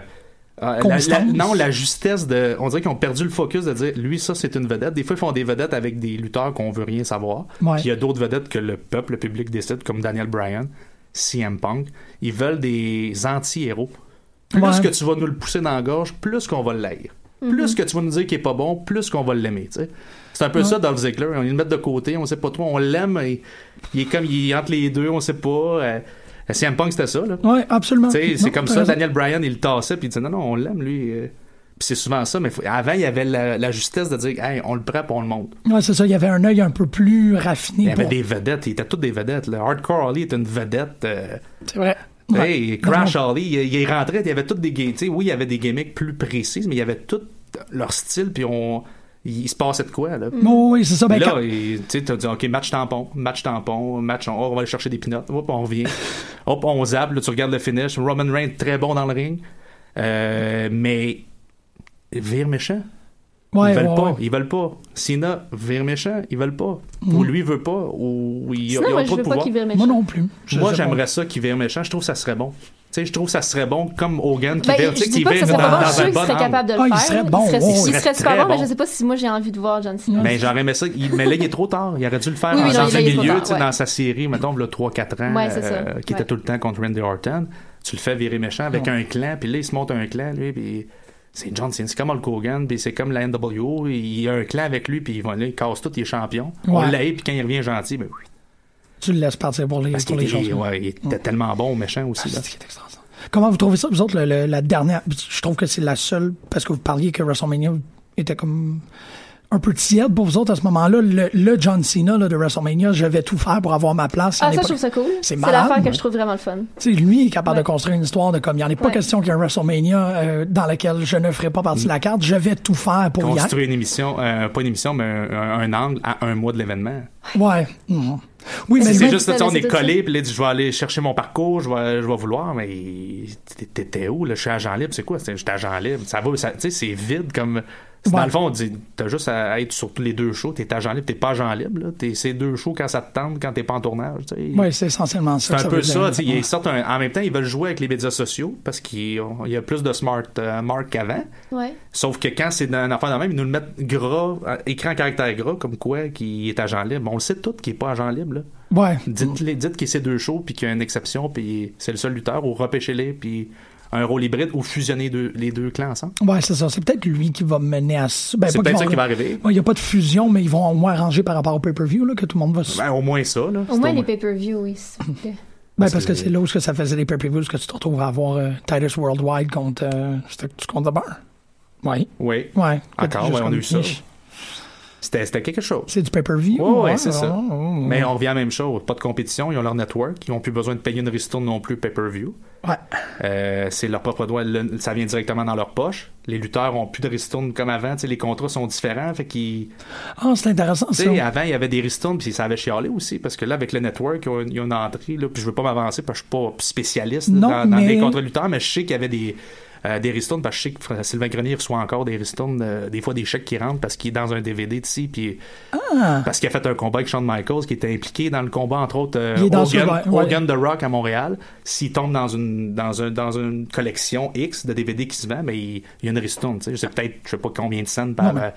S6: la-
S3: Constance.
S6: la- non, la justesse de. On dirait qu'ils ont perdu le focus de dire lui, ça, c'est une vedette. Des fois, ils font des vedettes avec des lutteurs qu'on veut rien savoir.
S3: Ouais.
S6: Puis il y a d'autres vedettes que le peuple, le public décide, comme Daniel Bryan, CM Punk. Ils veulent des anti-héros. Plus
S3: Ouais.
S6: que tu vas nous le pousser dans la gorge, plus qu'on va l'haïr. Plus que tu vas nous dire qu'il est pas bon, plus qu'on va l'aimer. tu sais. C'est un peu ça, Dolph Ziggler. On le met de côté, on sait pas trop, on l'aime. et Il est comme, il est entre les deux, on sait pas. euh, CM Punk, c'était ça, là.
S3: Ouais, absolument.
S6: Tu sais, c'est
S3: Ah, Non, ben,
S6: comme
S3: t'as
S6: ça,
S3: raison.
S6: Daniel Bryan, il le tassait, puis il disait non, non, on l'aime, lui. euh. Puis c'est souvent ça, mais faut- avant, il y avait la, la justesse de dire, hey, on le prend, puis on le monte.
S3: Ouais, c'est ça. Il y avait un œil un peu plus raffiné.
S6: Il y avait
S3: pour-
S6: des vedettes, ils étaient toutes des vedettes. là. Hardcore Ali était une vedette. euh,
S3: C'est vrai.
S6: hey,
S3: Ouais. Ben
S6: Crash
S3: Non,
S6: Ali, il, il rentrait, il y avait toutes des gimmicks. Oui, il y avait des gimmicks plus précises, mais il y avait tout leur style, puis on. il se passait de quoi, là.
S3: Oh, oui, c'est ça. Ben,
S6: là,
S3: quand-
S6: il- tu sais, t'as dit, OK, match tampon, match tampon, match, on, oh, on va aller chercher des pinottes, hop, on revient, hop, on zappe, là, tu regardes le finish, Roman Reigns, très bon dans le ring, euh, mais vire méchant.
S3: Ouais,
S6: ils veulent
S3: ouais,
S6: pas,
S3: ouais.
S6: ils veulent pas. Sina vire méchant, ils veulent pas.
S3: Mm.
S6: Ou lui veut pas, ou ils,
S5: Sinon,
S6: ils
S5: moi,
S6: ont
S5: je
S6: trop de
S5: veux pas
S6: pouvoir.
S5: qu'il vire
S3: Moi
S5: méchant.
S3: non plus. Je
S6: Moi,
S3: sais pas.
S6: j'aimerais ça qu'il vire méchant, je trouve que ça serait bon. Tu sais, je trouve que ça serait bon comme Hogan qui
S5: Ben,
S6: vire, tu
S5: je
S6: sais,
S5: dis
S6: qu'il
S5: pas que
S6: vire
S5: ça
S6: dans,
S5: serait pas bon. Je suis sûr qu'il
S6: dans un bon
S5: serait
S6: angle.
S5: capable de le
S3: Ah, il
S5: faire.
S3: serait bon,
S5: Il
S3: ouais,
S5: serait, il
S3: il
S5: serait
S6: serait
S5: super
S6: très
S5: bon, mais
S6: bon.
S5: je sais pas si moi j'ai envie de voir John Cena.
S6: Mais Ben, j'aurais aimé ça. Il, mais là, il est trop tard. Il aurait dû le faire
S5: Oui, oui,
S6: en
S5: non,
S6: janvier
S5: il est trop
S6: milieu,
S5: tard,
S6: tu sais,
S5: ouais.
S6: dans sa série, mettons, le 3-4 ans,
S5: Ouais, c'est ça.
S6: euh, qui
S5: Ouais.
S6: était tout le temps contre Randy Orton. Tu le fais virer méchant avec un clan, puis là, il se monte un clan, lui, puis c'est John Cena. C'est comme Hulk Hogan, puis c'est comme la NWO. Il y a un clan avec lui, puis ils vont là, il casse tout, il est champion. On
S3: Ouais.
S6: l'a puis quand il revient gentil, ben oui.
S3: Tu le laisses partir pour les,
S6: Parce
S3: pour
S6: qu'il
S3: les
S6: était,
S3: choses.
S6: ouais, il était tellement bon, méchant aussi. là.
S3: C'est qui est extraordinaire. Comment vous trouvez ça, vous autres, le- le- la dernière Je trouve que c'est la seule, parce que vous parliez que WrestleMania était comme un peu tiède pour vous autres à ce moment-là. Le, le John Cena là, de WrestleMania, je vais tout faire pour avoir ma place. Il
S5: Ah,
S3: y en a
S5: ça, je
S3: pas-
S5: trouve ça cool.
S3: C'est
S5: C'est
S3: malade.
S5: l'affaire que je trouve vraiment le fun.
S3: Tu sais, lui est capable
S5: Ouais.
S3: de construire une histoire de comme il n'y en a pas
S5: Ouais.
S3: question qu'il y ait un WrestleMania euh, dans lequel je ne ferai pas partie de la carte. Je vais tout faire pour y aller.
S6: Construire une émission, euh, pas une émission, mais un, un- un angle à un mois de l'événement.
S3: Ouais. Mhm. Oui, mais
S6: C'est
S3: lui,
S6: juste,
S5: ça,
S6: tu sais, on
S5: c'est
S6: est
S5: ça.
S6: collé, puis là, tu dis, je vais aller chercher mon parcours, je vais, je vais vouloir, mais t'es- t'étais où, là? Je suis agent libre, c'est quoi? C'est- J'étais agent libre. Ça va, ça- tu sais, c'est vide comme. c'est
S3: Ouais.
S6: Dans le fond, on dit, t'as juste à être sur tous les deux shows, t'es agent libre, t'es pas agent libre, là. T'es ces deux shows quand ça te tente, quand t'es pas en tournage, tu sais.
S3: ouais, c'est essentiellement ça.
S6: C'est
S3: que
S6: un peu
S3: veut
S6: ça,
S3: dire.
S6: tu sais, ils sortent un- en même temps, ils veulent jouer avec les médias sociaux parce qu'il on- il y a plus de smart euh, marques qu'avant.
S5: Ouais.
S6: Sauf que quand c'est un affaire de même, ils nous le mettent gras, euh, écrit en caractère gras, comme quoi qu'il est agent libre. On le sait tout qu'il est pas agent libre, là.
S3: Ouais.
S6: Dites, les, dites qu'il y a ces deux shows, puis qu'il y a une exception, puis c'est le seul lutteur, ou repêchez-les, puis un rôle hybride, ou fusionner deux- les deux clans ensemble.
S3: Ouais, c'est ça. C'est peut-être lui qui va mener à ça. Ben,
S6: C'est
S3: pas
S6: peut-être
S3: qu'ils
S6: ça qui
S3: vont-
S6: va arriver.
S3: Ouais, Il n'y a pas de fusion, mais ils vont au moins arranger par rapport au pay-per-view, là, que tout le monde va se.
S6: Ben, au moins ça, là. C'est
S5: Au moins les pay-per-view, oui, s'il vous plaît.
S3: Ben, parce que c'est là où ce que ça faisait les pay-per-views, que tu te retrouves à avoir euh, Titus Worldwide contre. euh, C'était tu contre The Bar. Oui.
S6: Oui.
S3: Ouais.
S6: Encore,
S3: Juste
S6: ouais, on a
S3: comme-
S6: eu ça.
S3: Ish.
S6: C'était c'était quelque chose.
S3: C'est du pay-per-view.
S6: Ouais, ouais, c'est ça.
S3: ouais, ouais.
S6: Mais on revient à la même chose. Pas de compétition, ils ont leur network, ils n'ont plus besoin de payer une ristourne non plus pay-per-view.
S3: Ouais.
S6: Euh, c'est leur propre droit, le- ça vient directement dans leur poche. Les lutteurs ont plus de ristourne comme avant, tu sais, les contrats sont différents, fait qu'ils
S3: Ah, c'est intéressant,
S6: Tu
S3: ça.
S6: sais, avant, il y avait des ristournes, puis ça avait chialé aussi, parce que là, avec le network, il y a une- il y a une entrée, là, puis je veux pas m'avancer, parce que je suis pas spécialiste là,
S3: Non,
S6: dans, dans
S3: mais-
S6: les contre-lutteurs, mais je sais qu'il y avait des, euh, des ristournes, parce que je sais que Fr- Sylvain Grenier reçoit encore des ristournes, euh, des fois des chèques qui rentrent, parce qu'il est dans un DVD d'ici, puis parce qu'il a fait un combat avec Shawn Michaels, qui était impliqué dans le combat, entre autres, euh,
S3: Il est dans
S6: Hogan,
S3: ce- ouais, ouais.
S6: Hogan The Rock à Montréal. S'il tombe dans une, dans, un, dans une collection X de DVD qui se vend, mais il, il y a une ristourne, tu sais, je sais peut-être, je sais pas combien de cents par... euh,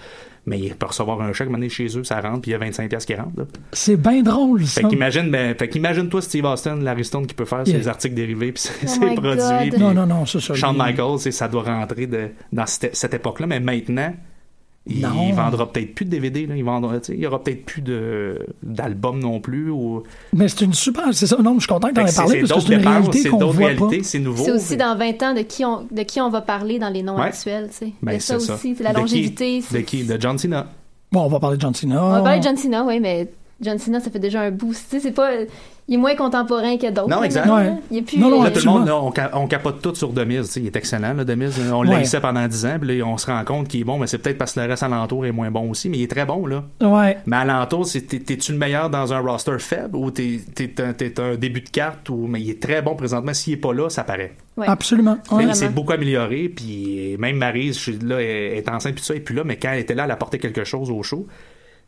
S6: mais il peut recevoir un chèque, mener chez eux, ça rentre, puis il y a 25 pièces qui rentrent. là.
S3: C'est bien drôle, ça.
S6: Fait qu'imagine, ben, fait qu'imagine-toi Steve Austin, la ristourne qu'il peut faire,
S3: Yeah.
S6: ses articles dérivés, puis ses,
S5: Oh
S6: ses
S5: my
S6: produits.
S5: God.
S6: puis
S3: Non, non, non, c'est ça.
S6: Shawn
S3: lui.
S6: Michaels, et ça doit rentrer de- dans cette, cette époque-là, mais maintenant, il
S3: Non.
S6: vendra peut-être plus de DVD, là, il vendra, tu sais, il y aura peut-être plus de, d'albums non plus, ou...
S3: Mais c'est une super. C'est ça. Non, je suis content que
S6: Fait
S3: t'en
S6: que
S3: aies
S6: c'est,
S3: parlé,
S6: c'est
S3: parce que
S6: d'autres
S3: c'est une
S6: dépenses,
S3: réalité
S6: c'est
S3: qu'on
S6: d'autres
S3: voit pas.
S6: réalités, c'est nouveau.
S5: C'est aussi dans 20 ans de qui on, de qui on va parler dans les noms
S6: Ouais.
S5: actuels, tu sais.
S6: Ben,
S5: de ça
S6: c'est
S5: aussi, c'est la
S6: De qui?
S5: longévité.
S6: De
S5: c'est-
S6: qui? De John Cena.
S3: Bon, on va parler de John Cena.
S5: On va parler de John Cena, oui, mais John Cena, ça fait déjà un bout. Tu sais, c'est pas... Il est moins contemporain que d'autres.
S6: Non,
S5: là,
S6: exact.
S5: maintenant,
S3: Ouais.
S5: là. Il est plus...
S3: Non, non,
S5: euh,
S6: Là, tout le
S3: Absolument.
S6: monde, là, on, ca- on capote tout sur Demise. tu sais, Il est excellent, là, Demise. On
S3: Ouais.
S6: l'a laissé pendant 10 ans, puis là, on se rend compte qu'il est bon, mais c'est peut-être parce que le reste alentour est moins bon aussi, mais il est très bon, là.
S3: Ouais.
S6: Mais alentour, c'est t'es- t'es-tu le meilleur dans un roster faible ou t'es t'es un, t'es un début de carte, ou, mais il est très bon présentement. S'il est pas là, ça paraît.
S5: ouais.
S3: Absolument.
S6: Mais
S3: Ouais.
S6: il s'est beaucoup amélioré, puis même Maryse, je suis là, elle est enceinte, puis tout ça, et puis là, mais quand elle était là, elle apportait quelque chose au show.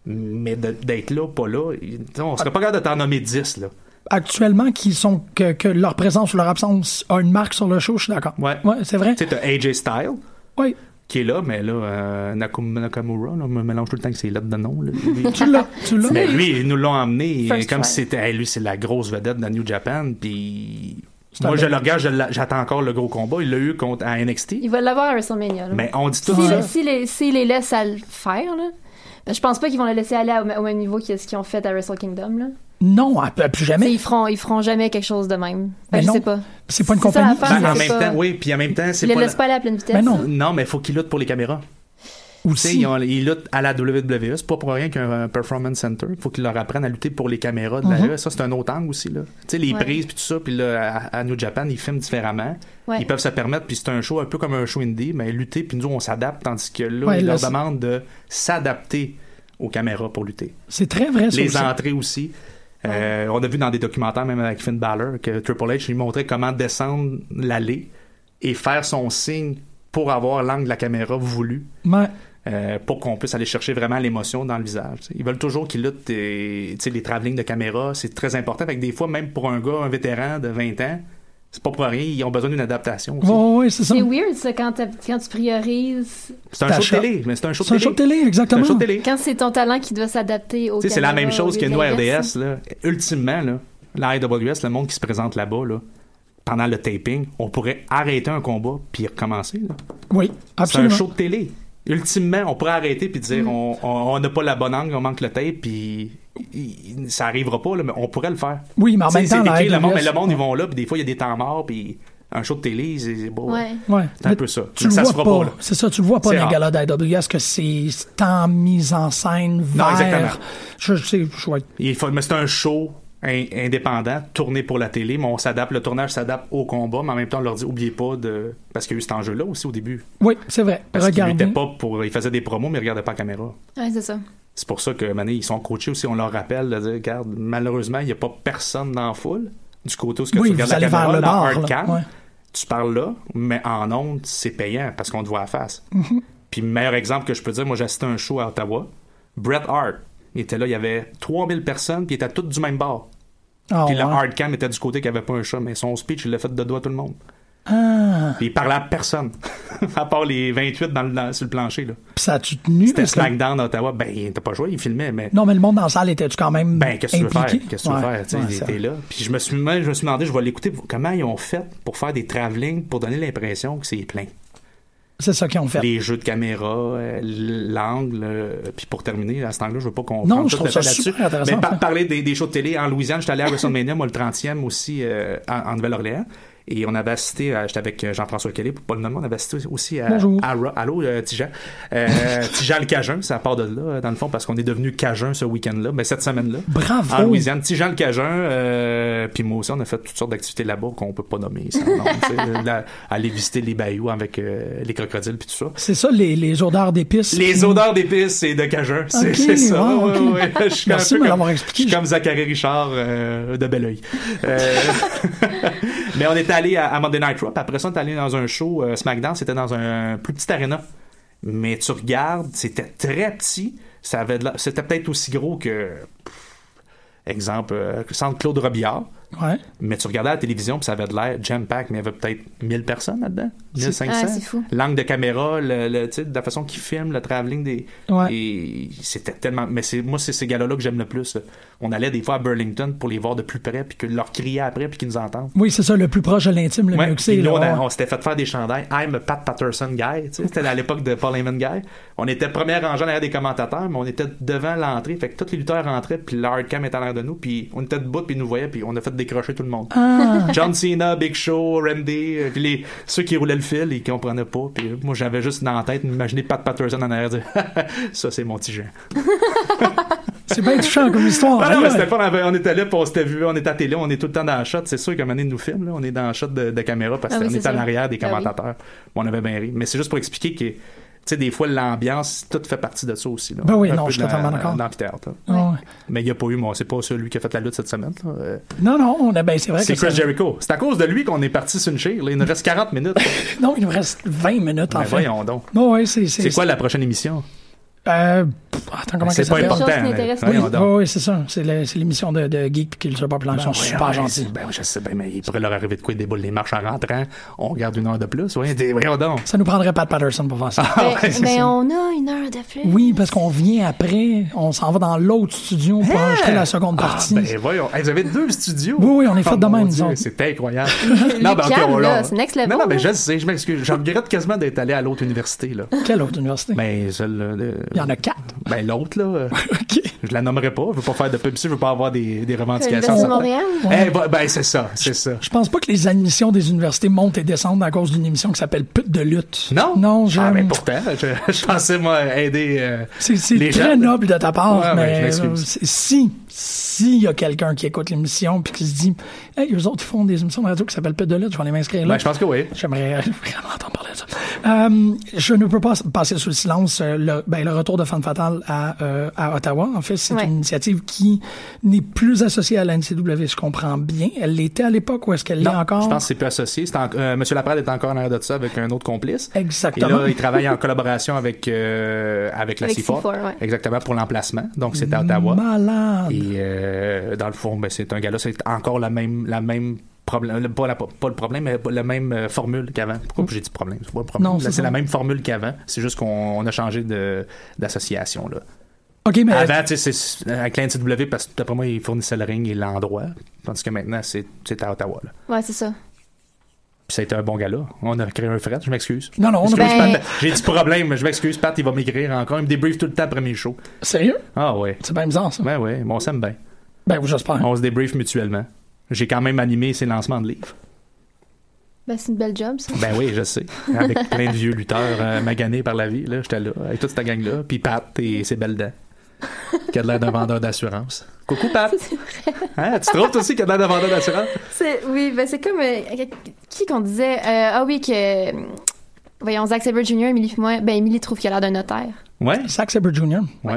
S6: Mais de- d'être là, pas là, il- on serait pas capable de t'en nommer 10, là.
S3: Actuellement, qui sont que, que leur présence ou leur absence a une marque sur le show, je suis d'accord.
S6: Ouais.
S3: Ouais, c'est vrai.
S6: Tu sais, t'as AJ Styles,
S3: Oui.
S6: qui est là, mais là, euh, Nakum- Nakamura, là, on me mélange tout le temps que c'est lettres de nom. là.
S3: Tu l'as. Tu l'as.
S6: mais lui, ils nous l'ont emmené
S5: First
S6: comme
S5: try.
S6: si c'était. hey, lui, c'est la grosse vedette de New Japan, puis.
S3: C'est un
S6: Moi, je
S3: bel-
S6: le regarde, je l'a- j'attends encore le gros combat. Il l'a eu contre, à NXT.
S5: Il va l'avoir à WrestleMania. là.
S6: Mais on dit tout
S5: S'il
S6: ça.
S5: s'il les, s'il les laisse à le faire, là, ben, je pense pas qu'ils vont le laisser aller au, au même niveau que ce qu'ils ont fait à Wrestle Kingdom. Là.
S3: Non, à- à plus
S5: Tu sais,
S3: jamais.
S5: Ils, feront, ils feront jamais quelque chose de même.
S3: Ah, Mais
S5: Ben, je
S3: non.
S5: sais pas.
S3: C'est pas une
S5: c'est ça
S3: compagnie.
S5: l'affaire,
S3: qui-
S6: Ben, en
S5: c'est
S6: même
S5: pas-
S6: temps, oui, puis en même temps,
S5: Ils
S6: c'est
S5: les
S6: pas.
S5: laissent
S6: la-
S5: pas aller à pleine vitesse.
S3: Mais non.
S6: Non, mais il faut qu'il lutte pour les caméras. Tu sais,
S3: aussi.
S6: Ils, ont- ils luttent à la WWE. C'est pas pour rien qu'il y a un performance center. Il faut qu'ils leur apprennent à lutter pour les caméras de la E. Ça, c'est un autre angle aussi. Là. Tu sais, les
S5: Ouais.
S6: prises puis tout ça. Puis là, à, à New Japan, ils filment différemment.
S5: Ouais.
S6: Ils peuvent se permettre. Puis c'est un show un peu comme un show indie. Mais lutter, puis nous, on s'adapte. Tandis que là,
S3: Ouais,
S6: ils
S3: là,
S6: leur
S3: c'est-
S6: demandent de s'adapter aux caméras pour lutter.
S3: C'est très vrai, ça
S6: les
S3: aussi.
S6: entrées aussi. Euh, on a vu dans des documentaires, même avec Finn Balor, que Triple H lui montrait comment descendre l'allée et faire son signe pour avoir l'angle de la caméra voulu
S3: Ouais.
S6: euh, pour qu'on puisse aller chercher vraiment l'émotion dans le visage. tu sais. Ils veulent toujours qu'ils luttent et, tu sais, les travelling de caméra, c'est très important. Fait que des fois, même pour un gars, un vétéran de 20 ans, c'est pas pour rien, ils ont besoin d'une adaptation. aussi.
S3: Ouais, ouais, ouais, c'est ça.
S8: C'est weird, ça, quand, t'as- quand tu priorises.
S6: C'est un
S3: Ta
S6: show
S3: shot.
S6: de télé, mais c'est un show de
S3: C'est un
S6: télé.
S3: show de télé,
S6: C'est un
S3: exactement.
S6: show de télé.
S8: Quand c'est ton talent qui doit s'adapter au.
S6: Tu sais, c'est la
S8: caméras,
S6: même chose
S8: au
S6: que
S8: lieu
S6: nous,
S8: de l'inverse.
S6: RDS. Là. Ultimement, là, la IWS, le monde qui se présente là-bas, là, pendant le taping, on pourrait arrêter un combat puis recommencer. là.
S3: Oui,
S6: C'est un
S3: absolument. Mm.
S6: show de télé. Ultimement, on pourrait arrêter puis dire on- on on n'a pas la bonne angle, on manque le tape, puis il- il- ça arrivera pas, là, mais on pourrait le faire.
S3: Oui, mais en
S6: Tu sais,
S3: même temps,
S6: c'est
S3: la
S6: écrit, le monde,
S3: IWS,
S6: mais le monde, ils vont là, puis des fois, il y a des temps morts, puis un show de télé, c'est c'est beau.
S5: Ouais.
S3: Ouais.
S6: C'est un
S3: Mais
S6: peu ça.
S3: Tu le
S6: Ça
S3: vois
S6: se fera
S3: pas.
S6: pas, là.
S3: c'est ça, tu le vois pas
S6: C'est
S3: dans les
S6: rare.
S3: galas d'IWS que c'est tant mis en scène vers.
S6: exactement.
S3: Je, je sais, je vais être-
S6: Il faut- mais c'est un show in- indépendant, tourné pour la télé, mais on s'adapte, le tournage s'adapte au combat, mais en même temps, on leur dit, oubliez pas de... Parce qu'il y a eu cet enjeu-là aussi au début.
S3: Oui, c'est vrai.
S6: Parce qu'ils
S3: Regardez.
S6: luttaient pas pour... Ils faisaient des promos, mais ils regardaient pas la caméra.
S5: Ouais, c'est ça.
S6: C'est pour ça que, mané, ils sont coachés aussi, on leur rappelle de dire, regarde, malheureusement, il n'y a pas personne dans la foule. Du côté où ce que
S3: Oui,
S6: tu
S3: vous
S6: regardes la
S3: allez
S6: caméra,
S3: vers le
S6: dans
S3: bar,
S6: hard
S3: là.
S6: cam,
S3: Ouais.
S6: tu parles là, mais en ondes, c'est payant parce qu'on te voit à la face.
S3: Mm-hmm.
S6: Puis le meilleur exemple que je peux dire, moi j'ai assisté à un show à Ottawa, Bret Hart, il était là, il y avait 3000 personnes, puis ils étaient toutes du même bord.
S3: Ah,
S6: Puis le
S3: ouais.
S6: hardcam était du côté qui avait pas un chat, mais son speech, il l'a fait de doigt à tout le monde.
S3: Ah.
S6: Puis il parlait à personne, à part les 28 dans le, dans- sur le plancher. Là.
S3: Puis ça a-tu tenu?
S6: C'était
S3: Parce que-
S6: SmackDown à Ottawa. Ben, il n'était pas joué, il filmait, mais.
S3: Non, mais le monde dans la salle était-tu quand même
S6: Ben, qu'est-ce que tu veux faire?
S3: impliqué?
S6: Qu'est-ce que tu veux
S3: Ouais,
S6: faire? Tu sais,
S3: ouais,
S6: il
S3: ça-
S6: était là. Puis je me suis, même, je me suis demandé, je vais l'écouter, comment ils ont fait pour faire des travelling, pour donner l'impression que c'est plein.
S3: C'est ça qu'ils ont fait.
S6: Les jeux de caméra, euh, l'angle, euh, puis pour terminer, à cet angle-là, je veux pas qu'on
S3: Non,
S6: prenne
S3: je
S6: tout
S3: trouve
S6: le
S3: ça
S6: temps là-dessus.
S3: super intéressant,
S6: Mais par-
S3: ça.
S6: parler des, des shows de télé, en Louisiane, j'étais allé à WrestleMania, moi, le 30e aussi, euh, en, en Nouvelle-Orléans. Et on avait assisté, à- j'étais avec euh, Jean-François Kelly, pour pas le nommer, on avait assisté aussi à,
S3: Bonjour.
S6: à Ra- Allô, euh, Tijan. Euh, Tijan le Cajun, ça part de là, euh, dans le fond, parce qu'on est devenu Cajun ce week-end-là, mais cette semaine-là.
S3: Bravo.
S6: En Louisiane, Tijan le Cajun, euh, puis moi aussi, on a fait toutes sortes d'activités là-bas qu'on peut pas nommer. sans nom, tu sais, là, aller visiter les bayous avec euh, les crocodiles puis tout ça.
S3: C'est ça, les, les odeurs d'épices.
S6: Les odeurs d'épices et de cajun, c'est
S3: Ok,
S6: c'est ça.
S3: wow,
S6: ouais,
S3: ok.
S6: ouais. Je suis
S3: Merci de me
S6: un peu comme-
S3: l'avoir expliqué.
S6: Je suis comme Zachary Richard euh, de bel oeil. Euh, mais on est allé à, à Monday Night Raw. puis Après ça, on est allé dans un show euh, SmackDown. C'était dans un plus petit arena. Mais tu regardes, c'était très petit. Ça avait de la- C'était peut-être aussi gros que, pff, exemple, euh, Centre Claude Robillard.
S3: Ouais.
S6: Mais tu regardais la télévision, puis ça avait de l'air jam-pack, mais il y avait peut-être 1000 personnes là-dedans. 1500.
S5: Ah, c'est fou.
S6: L'angle de caméra, le, le- tu sais, la façon qu'ils filment, le travelling des.
S3: Ouais.
S6: Et c'était tellement. Mais c'est, moi, c'est ces gars-là que j'aime le plus. là. On allait des fois à Burlington pour les voir de plus près, puis que leur crier après, puis qu'ils nous entendent.
S3: Oui, c'est ça, le plus proche de l'intime, le
S6: Ouais,
S3: mieux que c'est.
S6: puis nous, on,
S3: là,
S6: a-
S3: ouais.
S6: on s'était fait faire des chandails. I'm a Pat Patterson guy. tu sais, C'était à l'époque de Paul Heyman guy. On était première rangée en arrière des commentateurs, mais on était devant l'entrée. Fait que tous les lutteurs rentraient, puis l'hardcam était à l'air de nous, puis on était debout, puis ils nous voyaient, puis on a fait décrocher tout le monde.
S3: Ah.
S6: John Cena, Big Show, Randy, euh, puis les, ceux qui roulaient le fil, ils comprenaient pas. Puis euh, moi, j'avais juste dans la tête, imaginer Pat Patterson en arrière dire Ça, c'est mon petit Jean.
S3: C'est bien touchant comme histoire.
S6: Ah non, mais
S3: Aïe,
S6: c'était
S3: aïe.
S6: pas, on avait- on était là, puis on s'était vu, on était à télé, on est tout le temps dans la shot. C'est sûr qu'à un moment donné, ils nous filme, là, on est dans la shot de, de caméra parce
S5: Ah
S6: qu'on
S5: oui,
S6: est,
S5: c'est
S6: en
S5: sûr.
S6: arrière des
S5: Ah oui.
S6: commentateurs. Bon, on avait bien ri. Mais c'est juste pour expliquer que, tu sais, des fois, l'ambiance, tout fait partie de ça aussi. Là.
S3: Ben oui,
S6: Un
S3: non,
S6: peu
S3: je suis
S6: de la-
S3: totalement d'accord.
S6: de l'amphithéâtre, là.
S3: Ouais.
S6: Mais il n'y a pas eu, moi, c'est pas celui qui a fait la lutte cette semaine. là. Euh,
S3: Non, non, on a, ben, c'est vrai
S6: C'est
S3: que
S6: Chris
S3: ça-
S6: Jericho. C'est à cause de lui qu'on est parti sur une chire. là. Il nous reste 40 minutes.
S3: Non, il nous reste 20 minutes, en
S6: Ben
S3: fait.
S6: voyons donc.
S3: Bon, ouais, c'est, c'est,
S6: C'est quoi la prochaine émission?
S3: Euh, pff, attends, comment
S6: C'est
S3: ça
S6: pas
S3: s'appelle?
S6: important.
S8: Quelque chose qui
S6: mais
S8: n'intéresse
S3: Oui,
S6: voyons donc.
S3: ouais, ouais, c'est ça. C'est, le- c'est l'émission de, de Geek puis Culture Populaire. Ils sont super gentils.
S6: Ben, je sais bien, mais il pourrait leur arriver de quoi des boules les marches en rentrant. On garde une heure de plus. Voyons, des- voyons donc.
S3: Ça nous prendrait Pat Patterson pour faire ça.
S6: Ah, ouais,
S5: mais
S6: c'est
S5: mais
S6: ça.
S5: Ben, on a une heure de plus.
S3: Oui, parce qu'on vient après, on s'en va dans l'autre studio pour enregistrer la seconde
S6: Ah,
S3: partie.
S6: ben voyons. Hey, vous avez deux studios.
S3: Oui, oui, on est fait
S6: Oh,
S3: de
S6: mon
S3: même,
S6: Dieu,
S3: disons.
S6: C'est incroyable. ben,
S5: calme,
S6: on-
S5: là,
S6: on-
S5: c'est next level,
S6: Non, ben, non, mais
S5: là.
S6: je sais, je m'excuse. Je regrette quasiment d'être allé à l'autre université, là.
S3: Quelle autre université?
S6: Mais celle euh, de
S3: Il y en a quatre.
S6: Ben, l'autre, là, euh,
S3: OK.
S6: je la nommerai pas. Je veux pas faire de publicité, je veux pas avoir des, des revendications.
S5: L'Université Euh, de Montréal?
S6: Eh, ben, ben, c'est ça, c'est ça.
S3: Je pense pas que les admissions des universités montent et descendent à cause d'une émission qui s'appelle Pute de lutte.
S6: Non?
S3: Non, je.
S6: Ah, ben, pourtant, je, je pensais, moi, aider. euh,
S3: C'est c'est
S6: les
S3: très
S6: gens.
S3: noble de ta part,
S6: Ouais, ouais, je
S3: mais euh,
S6: m'excuse.
S3: c'est- si s'il y a quelqu'un qui écoute l'émission puis qui se dit Hey, eux autres font des émissions de radio qui s'appellent Pute de lutte, je vais aller m'inscrire là.
S6: Ben, je pense que oui.
S3: J'aimerais euh, vraiment entendre parler de ça. Euh, je ne peux pas passer sous le silence euh, le, ben, le retour de Fan Fatale à, euh, à Ottawa. En fait, c'est
S5: Ouais.
S3: une initiative qui n'est plus associée à la NCW, je comprends bien. Elle l'était à l'époque ou est-ce qu'elle l'est
S6: Non,
S3: encore?
S6: Je pense que c'est plus associé. C'est en- euh, Monsieur Laprade est encore en arrière de ça avec un autre complice.
S3: Exactement.
S6: Et là, il travaille en collaboration avec, euh, avec la
S5: Avec
S6: C4.
S5: C4, ouais.
S6: Exactement, pour l'emplacement. Donc, c'est à Ottawa.
S3: Malade.
S6: Et euh, dans le fond, ben, c'est un gars-là, c'est encore la même, la même problème, le- pas, la- pas le problème, mais la même euh, formule qu'avant. Pourquoi j'ai dit problème? C'est pas un problème.
S3: Non,
S6: Là,
S3: c'est
S6: c'est
S3: ça.
S6: la même formule qu'avant. C'est juste qu'on on a changé de- d'association, là.
S3: OK, mais
S6: Avant, tu sais, c'est avec la NCW, parce que d'après moi, ils fournissaient le ring et l'endroit. Tandis que maintenant, c'est c'est à Ottawa, là.
S5: Ouais, c'est ça.
S6: Puis ça a été un bon gars-là. On a créé un fret, je m'excuse.
S3: Non, non, on a-
S6: Excuse,
S5: Ben-
S6: Pat. J'ai dit problème, je m'excuse, Pat, il va m'écrire encore. Il me débrief tout le temps après mes shows.
S3: sérieux?
S6: Ah ouais.
S3: C'est bien bizarre, ça.
S6: Ben ouais, mais on s'aime bien.
S3: Ben, j'espère.
S6: On se débrief mutuellement. J'ai quand même animé ses lancements de livres.
S5: Ben, c'est une belle job, ça.
S6: Ben oui, je sais. Avec plein de vieux lutteurs euh, maganés par la vie, là. J'étais là, avec toute cette gang-là. Puis Pat et ses belles dents. Qui a de l'air d'un vendeur d'assurance. Coucou, Pat! Hein, tu trouves toi aussi qu'il a de l'air d'un vendeur d'assurance?
S5: C'est- oui, ben c'est comme euh, qui qu'on disait euh, ah oui que hum, voyons Zach Sabre Jr. Emily puis moi ben Emily trouve qu'il a l'air d'un notaire.
S6: Ouais.
S3: Zack Sabre Jr.
S6: Ouais.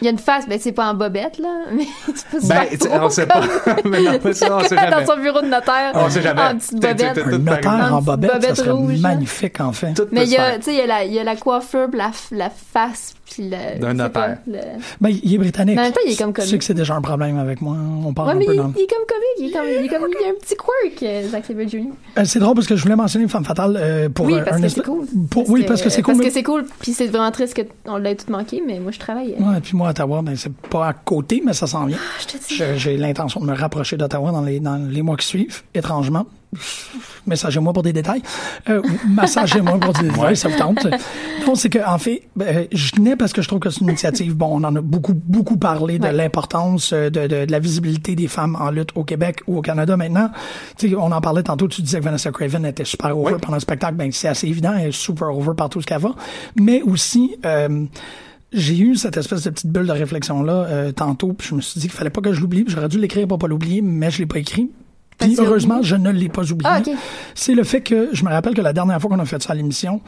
S5: Il y a une face ben c'est pas en bobette là mais c'est pas
S6: Ben,
S5: super
S6: tu sais,
S5: beau
S6: on sait pas.
S5: comme-
S6: Mais non, mais ça, on sait jamais.
S5: dans son bureau de notaire
S6: On sait jamais.
S5: en petite
S6: Tu sais, tu
S5: bobette.
S6: sais, tu-
S3: Un
S6: Tout
S3: notaire
S6: pareil.
S3: en bobette, ça
S5: Bobette
S3: serait
S5: rouge, là.
S3: magnifique, en fait.
S6: Tout peut
S5: Mais
S6: se
S5: il y
S6: faire.
S5: a tu sais il y a la il y a la coiffure puis la f- la face puis le
S6: D'un
S5: je sais
S6: notaire.
S5: pas, le-
S3: Ben, il est britannique.
S5: Mais en même temps, il est comme
S3: Tu sais
S5: comique.
S3: que c'est déjà un problème avec moi. On parle
S5: Ouais, mais
S3: Ah, un peu
S5: il,
S3: dans le-
S5: il est comme comique, il est comme, il est comme, il a un petit quirk, euh, Zack Sabre Jr.
S3: Euh, c'est drôle parce que je voulais mentionner Femme Fatale euh, pour
S5: oui,
S3: euh,
S5: parce
S3: un
S5: que c'est
S3: espèce-
S5: cool.
S3: pour- oui, parce que c'est cool.
S5: Parce
S3: mais-
S5: que c'est cool, puis c'est vraiment triste qu'on l'ait tout manqué, mais moi je travaillais.
S3: Ouais, puis moi, Ottawa, ben, c'est pas à côté, mais ça s'en vient.
S5: Ah, je te dis.
S3: Je- J'ai l'intention de me rapprocher d'Ottawa dans les, dans les mois qui suivent, étrangement. Messagez-moi pour des détails. Euh, Massagez-moi pour des détails, ça vous tente. Non, c'est que, en fait, ben, je venais parce que je trouve que c'est une initiative, bon, on en a beaucoup, beaucoup parlé de
S5: Ouais.
S3: l'importance euh, de, de, de la visibilité des femmes en lutte au Québec ou au Canada maintenant. Tu sais, on en parlait tantôt, tu disais que Vanessa Craven était super over
S6: Oui.
S3: pendant le spectacle. Ben, c'est assez évident, elle est super over partout ce qu'elle va. Mais aussi, euh, j'ai eu cette espèce de petite bulle de réflexion là euh, tantôt, puis je me suis dit qu'il fallait pas que je l'oublie, puis j'aurais dû l'écrire pour pas l'oublier, mais je l'ai pas écrit.
S5: Parce
S3: Puis
S5: que tu l'as
S3: heureusement, je ne l'ai pas oublié.
S5: Ah, ok.
S3: C'est le fait que je me rappelle que la dernière fois qu'on a fait ça à l'émission,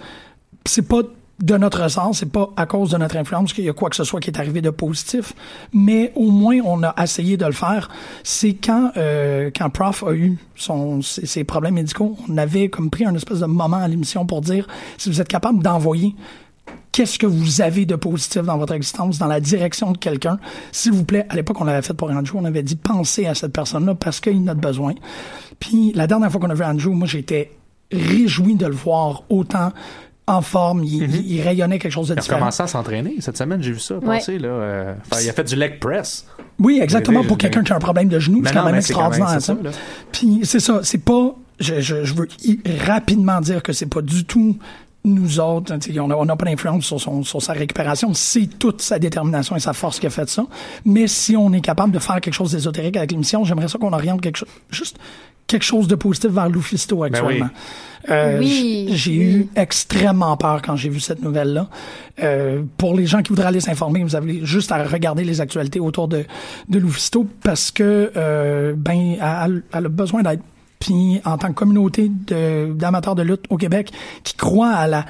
S3: c'est pas de notre ressort, c'est pas à cause de notre influence qu'il y a quoi que ce soit qui est arrivé de positif, mais au moins on a essayé de le faire. C'est quand euh, quand Prof a eu son ses, ses problèmes médicaux, on avait comme pris un espèce de moment à l'émission pour dire si vous êtes capable d'envoyer qu'est-ce que vous avez de positif dans votre existence, dans la direction de quelqu'un. S'il vous plaît, à l'époque, on l'avait fait pour Andrew, on avait dit pensez à cette personne-là parce qu'il en a besoin. Puis la dernière fois qu'on a vu Andrew, moi, j'étais réjoui de le voir autant en forme, il, il- il rayonnait quelque chose de
S6: Mm-hmm. Il a
S3: différent.
S6: commencé à s'entraîner cette semaine, j'ai vu ça
S5: Ouais.
S6: passer. Là, euh, enfin, il a fait du leg press.
S3: Oui, exactement,
S6: Mais-
S3: pour quelqu'un qui a un problème de genou,
S6: Mais
S3: c'est quand
S6: non,
S3: même
S6: mais c'est quand même-
S3: extraordinaire.
S6: c'est
S3: ça.
S6: ça, là.
S3: Puis c'est ça, c'est pas. Je, je, je veux i- rapidement dire que c'est pas du tout nous autres. hein, tu sais, On n'a on a pas d'influence sur, son- sur sa récupération. C'est toute sa détermination et sa force qui a fait ça. Mais si on est capable de faire quelque chose d'ésotérique avec l'émission, j'aimerais ça qu'on oriente quelque chose, juste quelque chose de positif vers
S6: Ben
S3: Lufisto actuellement. Euh,
S5: Oui,
S3: j- J'ai
S5: oui.
S6: Mm.
S3: eu extrêmement peur quand j'ai vu cette nouvelle-là. Euh, pour les gens qui voudraient aller s'informer, vous avez juste à regarder les actualités autour de, de Loufisto parce que euh, ben elle, elle a besoin d'aide. Puis en tant que communauté de- d'amateurs de, lutte au Québec qui croient à la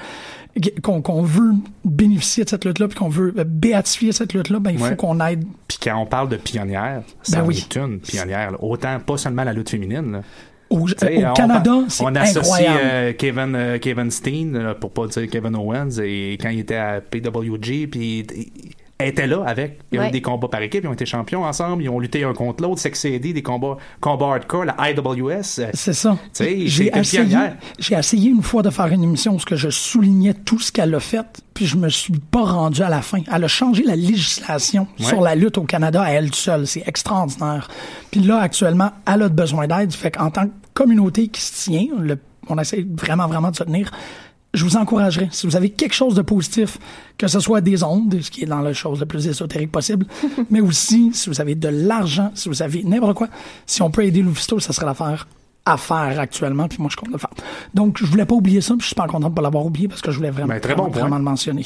S3: qu'on qu'on veut bénéficier de cette lutte-là, puis qu'on veut euh, béatifier cette lutte-là, ben il faut
S6: Ouais.
S3: qu'on aide.
S6: Puis quand on parle de pionnière, ça
S3: Ben oui.
S6: est une pionnière. là. Autant, pas seulement la lutte féminine. là.
S3: Au,
S6: Tu sais,
S3: au
S6: on-
S3: Canada,
S6: on-
S3: c'est
S6: On associe
S3: incroyable.
S6: euh, Kevin, euh, Kevin Steen, là, pour pas dire Kevin Owens, et quand il était à PWG, puis il- il- elle était là avec. Ils ont
S5: Ouais.
S6: eu des combats par équipe, ils ont été champions ensemble, ils ont lutté un contre l'autre, s'excédé des combats, combats hardcore, la IWS. euh,
S3: C'est ça.
S6: Tu sais,
S3: J'ai
S6: c'est une
S3: essayé,
S6: pionnière.
S3: j'ai essayé une fois de faire une émission où ce que je soulignais tout ce qu'elle a fait, puis je me suis pas rendu à la fin. Elle a changé la législation
S6: Ouais.
S3: sur la lutte au Canada à elle seule. C'est extraordinaire. Puis là, actuellement, elle a de besoin d'aide. Fait qu'en tant que communauté qui se tient, le- on essaie vraiment, vraiment de se tenir. je vous encouragerais, si vous avez quelque chose de positif, que ce soit des ondes, ce qui est dans la chose le plus ésotérique possible, mais aussi si vous avez de l'argent, si vous avez n'importe quoi, si on peut aider Louvisto, ça serait l'affaire à faire actuellement, puis moi je compte le faire. Donc je voulais pas oublier ça, puis je suis pas content de pas l'avoir oublié parce que je voulais vraiment,
S6: Ben, très bon
S3: vraiment,
S6: point.
S3: vraiment le mentionner.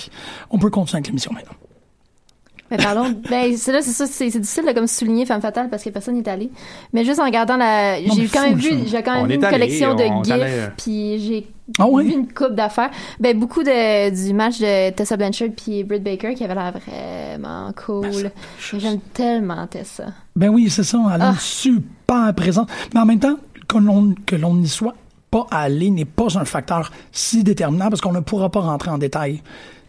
S3: On peut continuer avec l'émission maintenant.
S5: Mais parlons. ben, c'est là, c'est ça, c'est c'est difficile de comme souligner Femme Fatale parce que personne n'est allé. Mais juste en regardant la,
S3: Non, mais
S5: j'ai quand même
S3: fou,
S5: vu,
S3: ça.
S5: j'ai quand même
S6: On
S5: vu
S6: est
S5: une
S6: allé,
S5: collection de
S6: on est allé, euh.
S5: gifs, puis j'ai
S3: Ah oui?
S5: vu une coupe d'affaires. Ben beaucoup de du match de Tessa Blanchard puis Britt Baker qui avait l'air vraiment
S6: Ben,
S5: cool. J'aime tellement Tessa.
S3: Ben oui, c'est ça, elle est
S5: Ah.
S3: super présente. Mais en même temps, que l'on, que l'on n'y soit pas allé n'est pas un facteur si déterminant parce qu'on ne pourra pas rentrer en détail.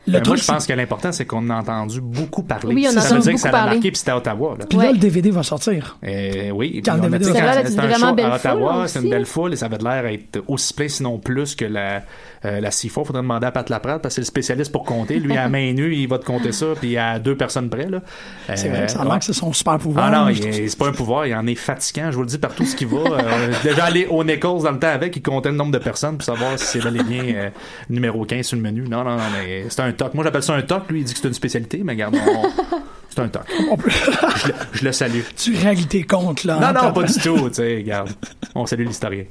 S3: Le
S6: Mais Ben, moi,
S3: truc,
S6: je
S3: c'est-
S6: pense que l'important, c'est qu'on a entendu beaucoup parler.
S5: Oui, on a
S6: ça veut
S5: entendu
S6: dire que ça l'a
S5: beaucoup
S6: marqué,
S5: parler.
S6: puis c'était à Ottawa. Là.
S3: Puis là,
S5: Ouais.
S3: le DVD va sortir.
S6: Euh, oui,
S3: Quand
S6: puis on
S3: le
S6: a dit
S3: DVD
S6: quand
S3: va
S5: sortir.
S6: c'était
S5: Celle-là, elle
S6: un show
S5: a une
S6: à
S5: vraiment belle foule
S6: Ottawa, c'est
S5: aussi.
S6: une belle foule et ça avait l'air être aussi plein, sinon plus que la, euh, la CIFO. Faudrait demander à Pat Laprade parce que c'est le spécialiste pour compter. Lui, à main nue, il va te compter ça, puis à deux personnes près. Là.
S3: C'est
S6: Euh,
S3: vrai que ça
S6: ouais.
S3: manque, c'est son super pouvoir.
S6: Ah non,
S3: mais
S6: il
S3: je trouve
S6: est- c'est pas un pouvoir, il en est fatigant, je vous le dis partout ce qu'il va. Euh, déjà allé au Nichols dans le temps avec, il comptait le nombre de personnes pour savoir si c'est bel et bien euh, numéro 15 sur le menu. Non, non, non, mais c'est un toc. Moi j'appelle ça un toc, lui il dit que c'est une spécialité, mais regarde, on- c'est un toc.
S3: ça- on peut-
S6: Je le, je le salue.
S3: tu règles tes comptes, là. en
S6: Non, non,
S3: tapant.
S6: pas du tout, tu sais, regarde. On salue l'historien.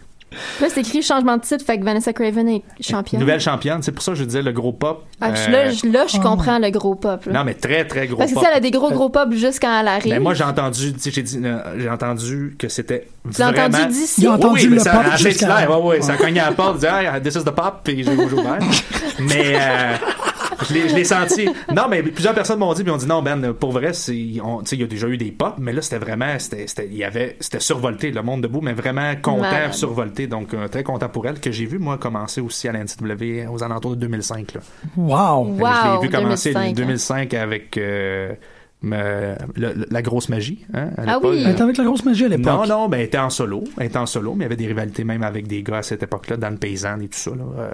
S5: Là, c'est écrit changement de titre, fait que Vanessa Craven est championne.
S6: Nouvelle championne, c'est pour ça que je disais le gros pop.
S5: Ah, je-
S6: euh,
S5: là, je, là, je comprends le gros pop. là.
S6: Non, mais très, très gros
S5: parce que
S6: pop.
S5: ça, elle a des gros gros pop juste quand elle arrive.
S6: Ben, moi j'ai entendu, tu sais, j'ai dit, euh, j'ai entendu que c'était
S5: tu l'as
S6: vraiment...
S5: entendu d'ici.
S3: Il a entendu
S6: oui, mais
S3: le
S6: ça,
S3: pop
S6: à
S3: jusqu'à-
S6: Saint-Hilaire, ouais, ouais, ça cognait à la porte, disait, hey, this is the pop, puis j'ai j'ai ouvert. mais euh, je l'ai- je l'ai senti. Non, mais plusieurs personnes m'ont dit, puis ont dit, non, Ben, pour vrai, c'est- on- tu sais, il y a déjà eu des pop, mais là, c'était vraiment, c'était c'était- il y avait, c'était survolté, le monde debout, mais vraiment content,
S5: Malade.
S6: survolté. Donc, euh, très content pour elle, que j'ai vu, moi, commencer aussi à la NCW aux alentours de 2005. Là.
S3: Wow.
S5: Wow,
S6: je l'ai vu commencer
S5: 2005,
S6: en
S5: hein.
S6: 2005 avec euh, me- le- le- la grosse magie. Hein, à
S5: Ah
S6: l'époque.
S5: oui.
S3: Elle était avec la grosse magie à l'époque.
S6: Non, non, ben, elle était en solo. Elle était en solo, mais il y avait des rivalités même avec des gars à cette époque-là, dans le paysan et tout ça. là. Euh,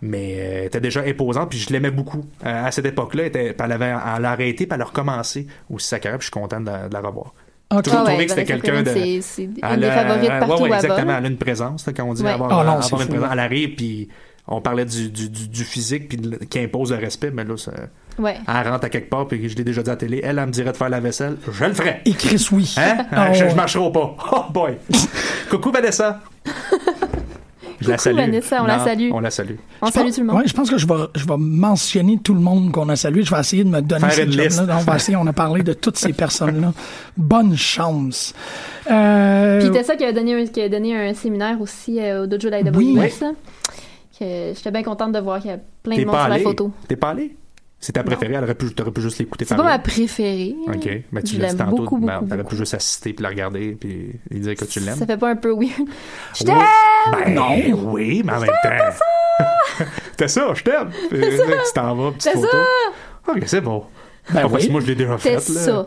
S6: mais euh, elle était déjà imposante, puis je l'aimais beaucoup. Euh, à cette époque-là, elle, était- puis elle avait à l'arrêter, puis elle a recommencé aussi sa carrière, puis je suis content de la, de la revoir.
S3: Ok.
S6: Toujours
S5: Ah ouais,
S6: trouvé que
S5: Vanessa
S6: c'était quelqu'un de.
S5: Craven, c'est- c'est une
S6: Elle
S5: des
S6: a-
S5: favorites
S6: ouais,
S5: partout
S6: ouais,
S5: où elle
S6: exactement.
S5: va.
S6: Elle a une présence, là, quand on dit
S5: Ouais.
S6: avoir, euh,
S3: Ah non,
S6: avoir
S3: c'est
S6: une
S3: fou.
S6: présence. Elle arrive, puis on parlait du, du, du, du physique, puis de- qui impose le respect, mais là, ça,
S5: Ouais.
S6: elle rentre à quelque part, puis je l'ai déjà dit à la télé, elle, elle me dirait de faire la vaisselle, je le ferais.
S3: Et Chris, oui.
S6: Hein?
S3: Ah,
S6: je,
S3: ouais.
S6: je marcherai pas. Oh boy. Coucou Vanessa. Je la
S5: Coucou, Vanessa, on la salue.
S6: On la salue.
S5: On salue Oh, tout le monde.
S3: Ouais, je pense que je vais, je vais mentionner tout le monde qu'on a salué. Je vais essayer de me donner
S6: Faire
S3: cette
S6: une
S3: job-là.
S6: liste.
S3: On va essayer, on a parlé de toutes ces personnes-là. Bonne chance. Euh,
S5: Puis Tessa qui a donné un, qui a donné un séminaire aussi euh, au dojo de la IWS.
S3: Oui.
S5: là, que J'étais bien contente de voir qu'il y a plein de
S6: T'es
S5: monde
S6: pas
S5: sur la
S6: allé.
S5: photo.
S6: T'es pas allé? C'est ta préférée, elle aurait pu, t'aurais pu juste l'écouter
S5: C'est pas ma préférée.
S6: Ok, mais tu
S5: Je
S6: l'as dit
S5: l'aime
S6: tantôt.
S5: beaucoup,
S6: Ben,
S5: beaucoup,
S6: t'aurais pu
S5: beaucoup.
S6: juste assister puis la regarder puis il dire que tu l'aimes.
S5: Ça fait pas un peu weird. Je
S6: Oui.
S5: t'aime!
S6: Ben, non. Oui, mais en même temps. T'as ça, je t'aime. Puis là, Tu t'en vas, petite
S5: T'as
S6: photo.
S5: ça.
S6: Ok, c'est bon.
S3: Ben
S6: Ah, parce
S3: oui.
S6: que moi, je l'ai déjà
S5: T'es
S6: faite. là.
S5: ça.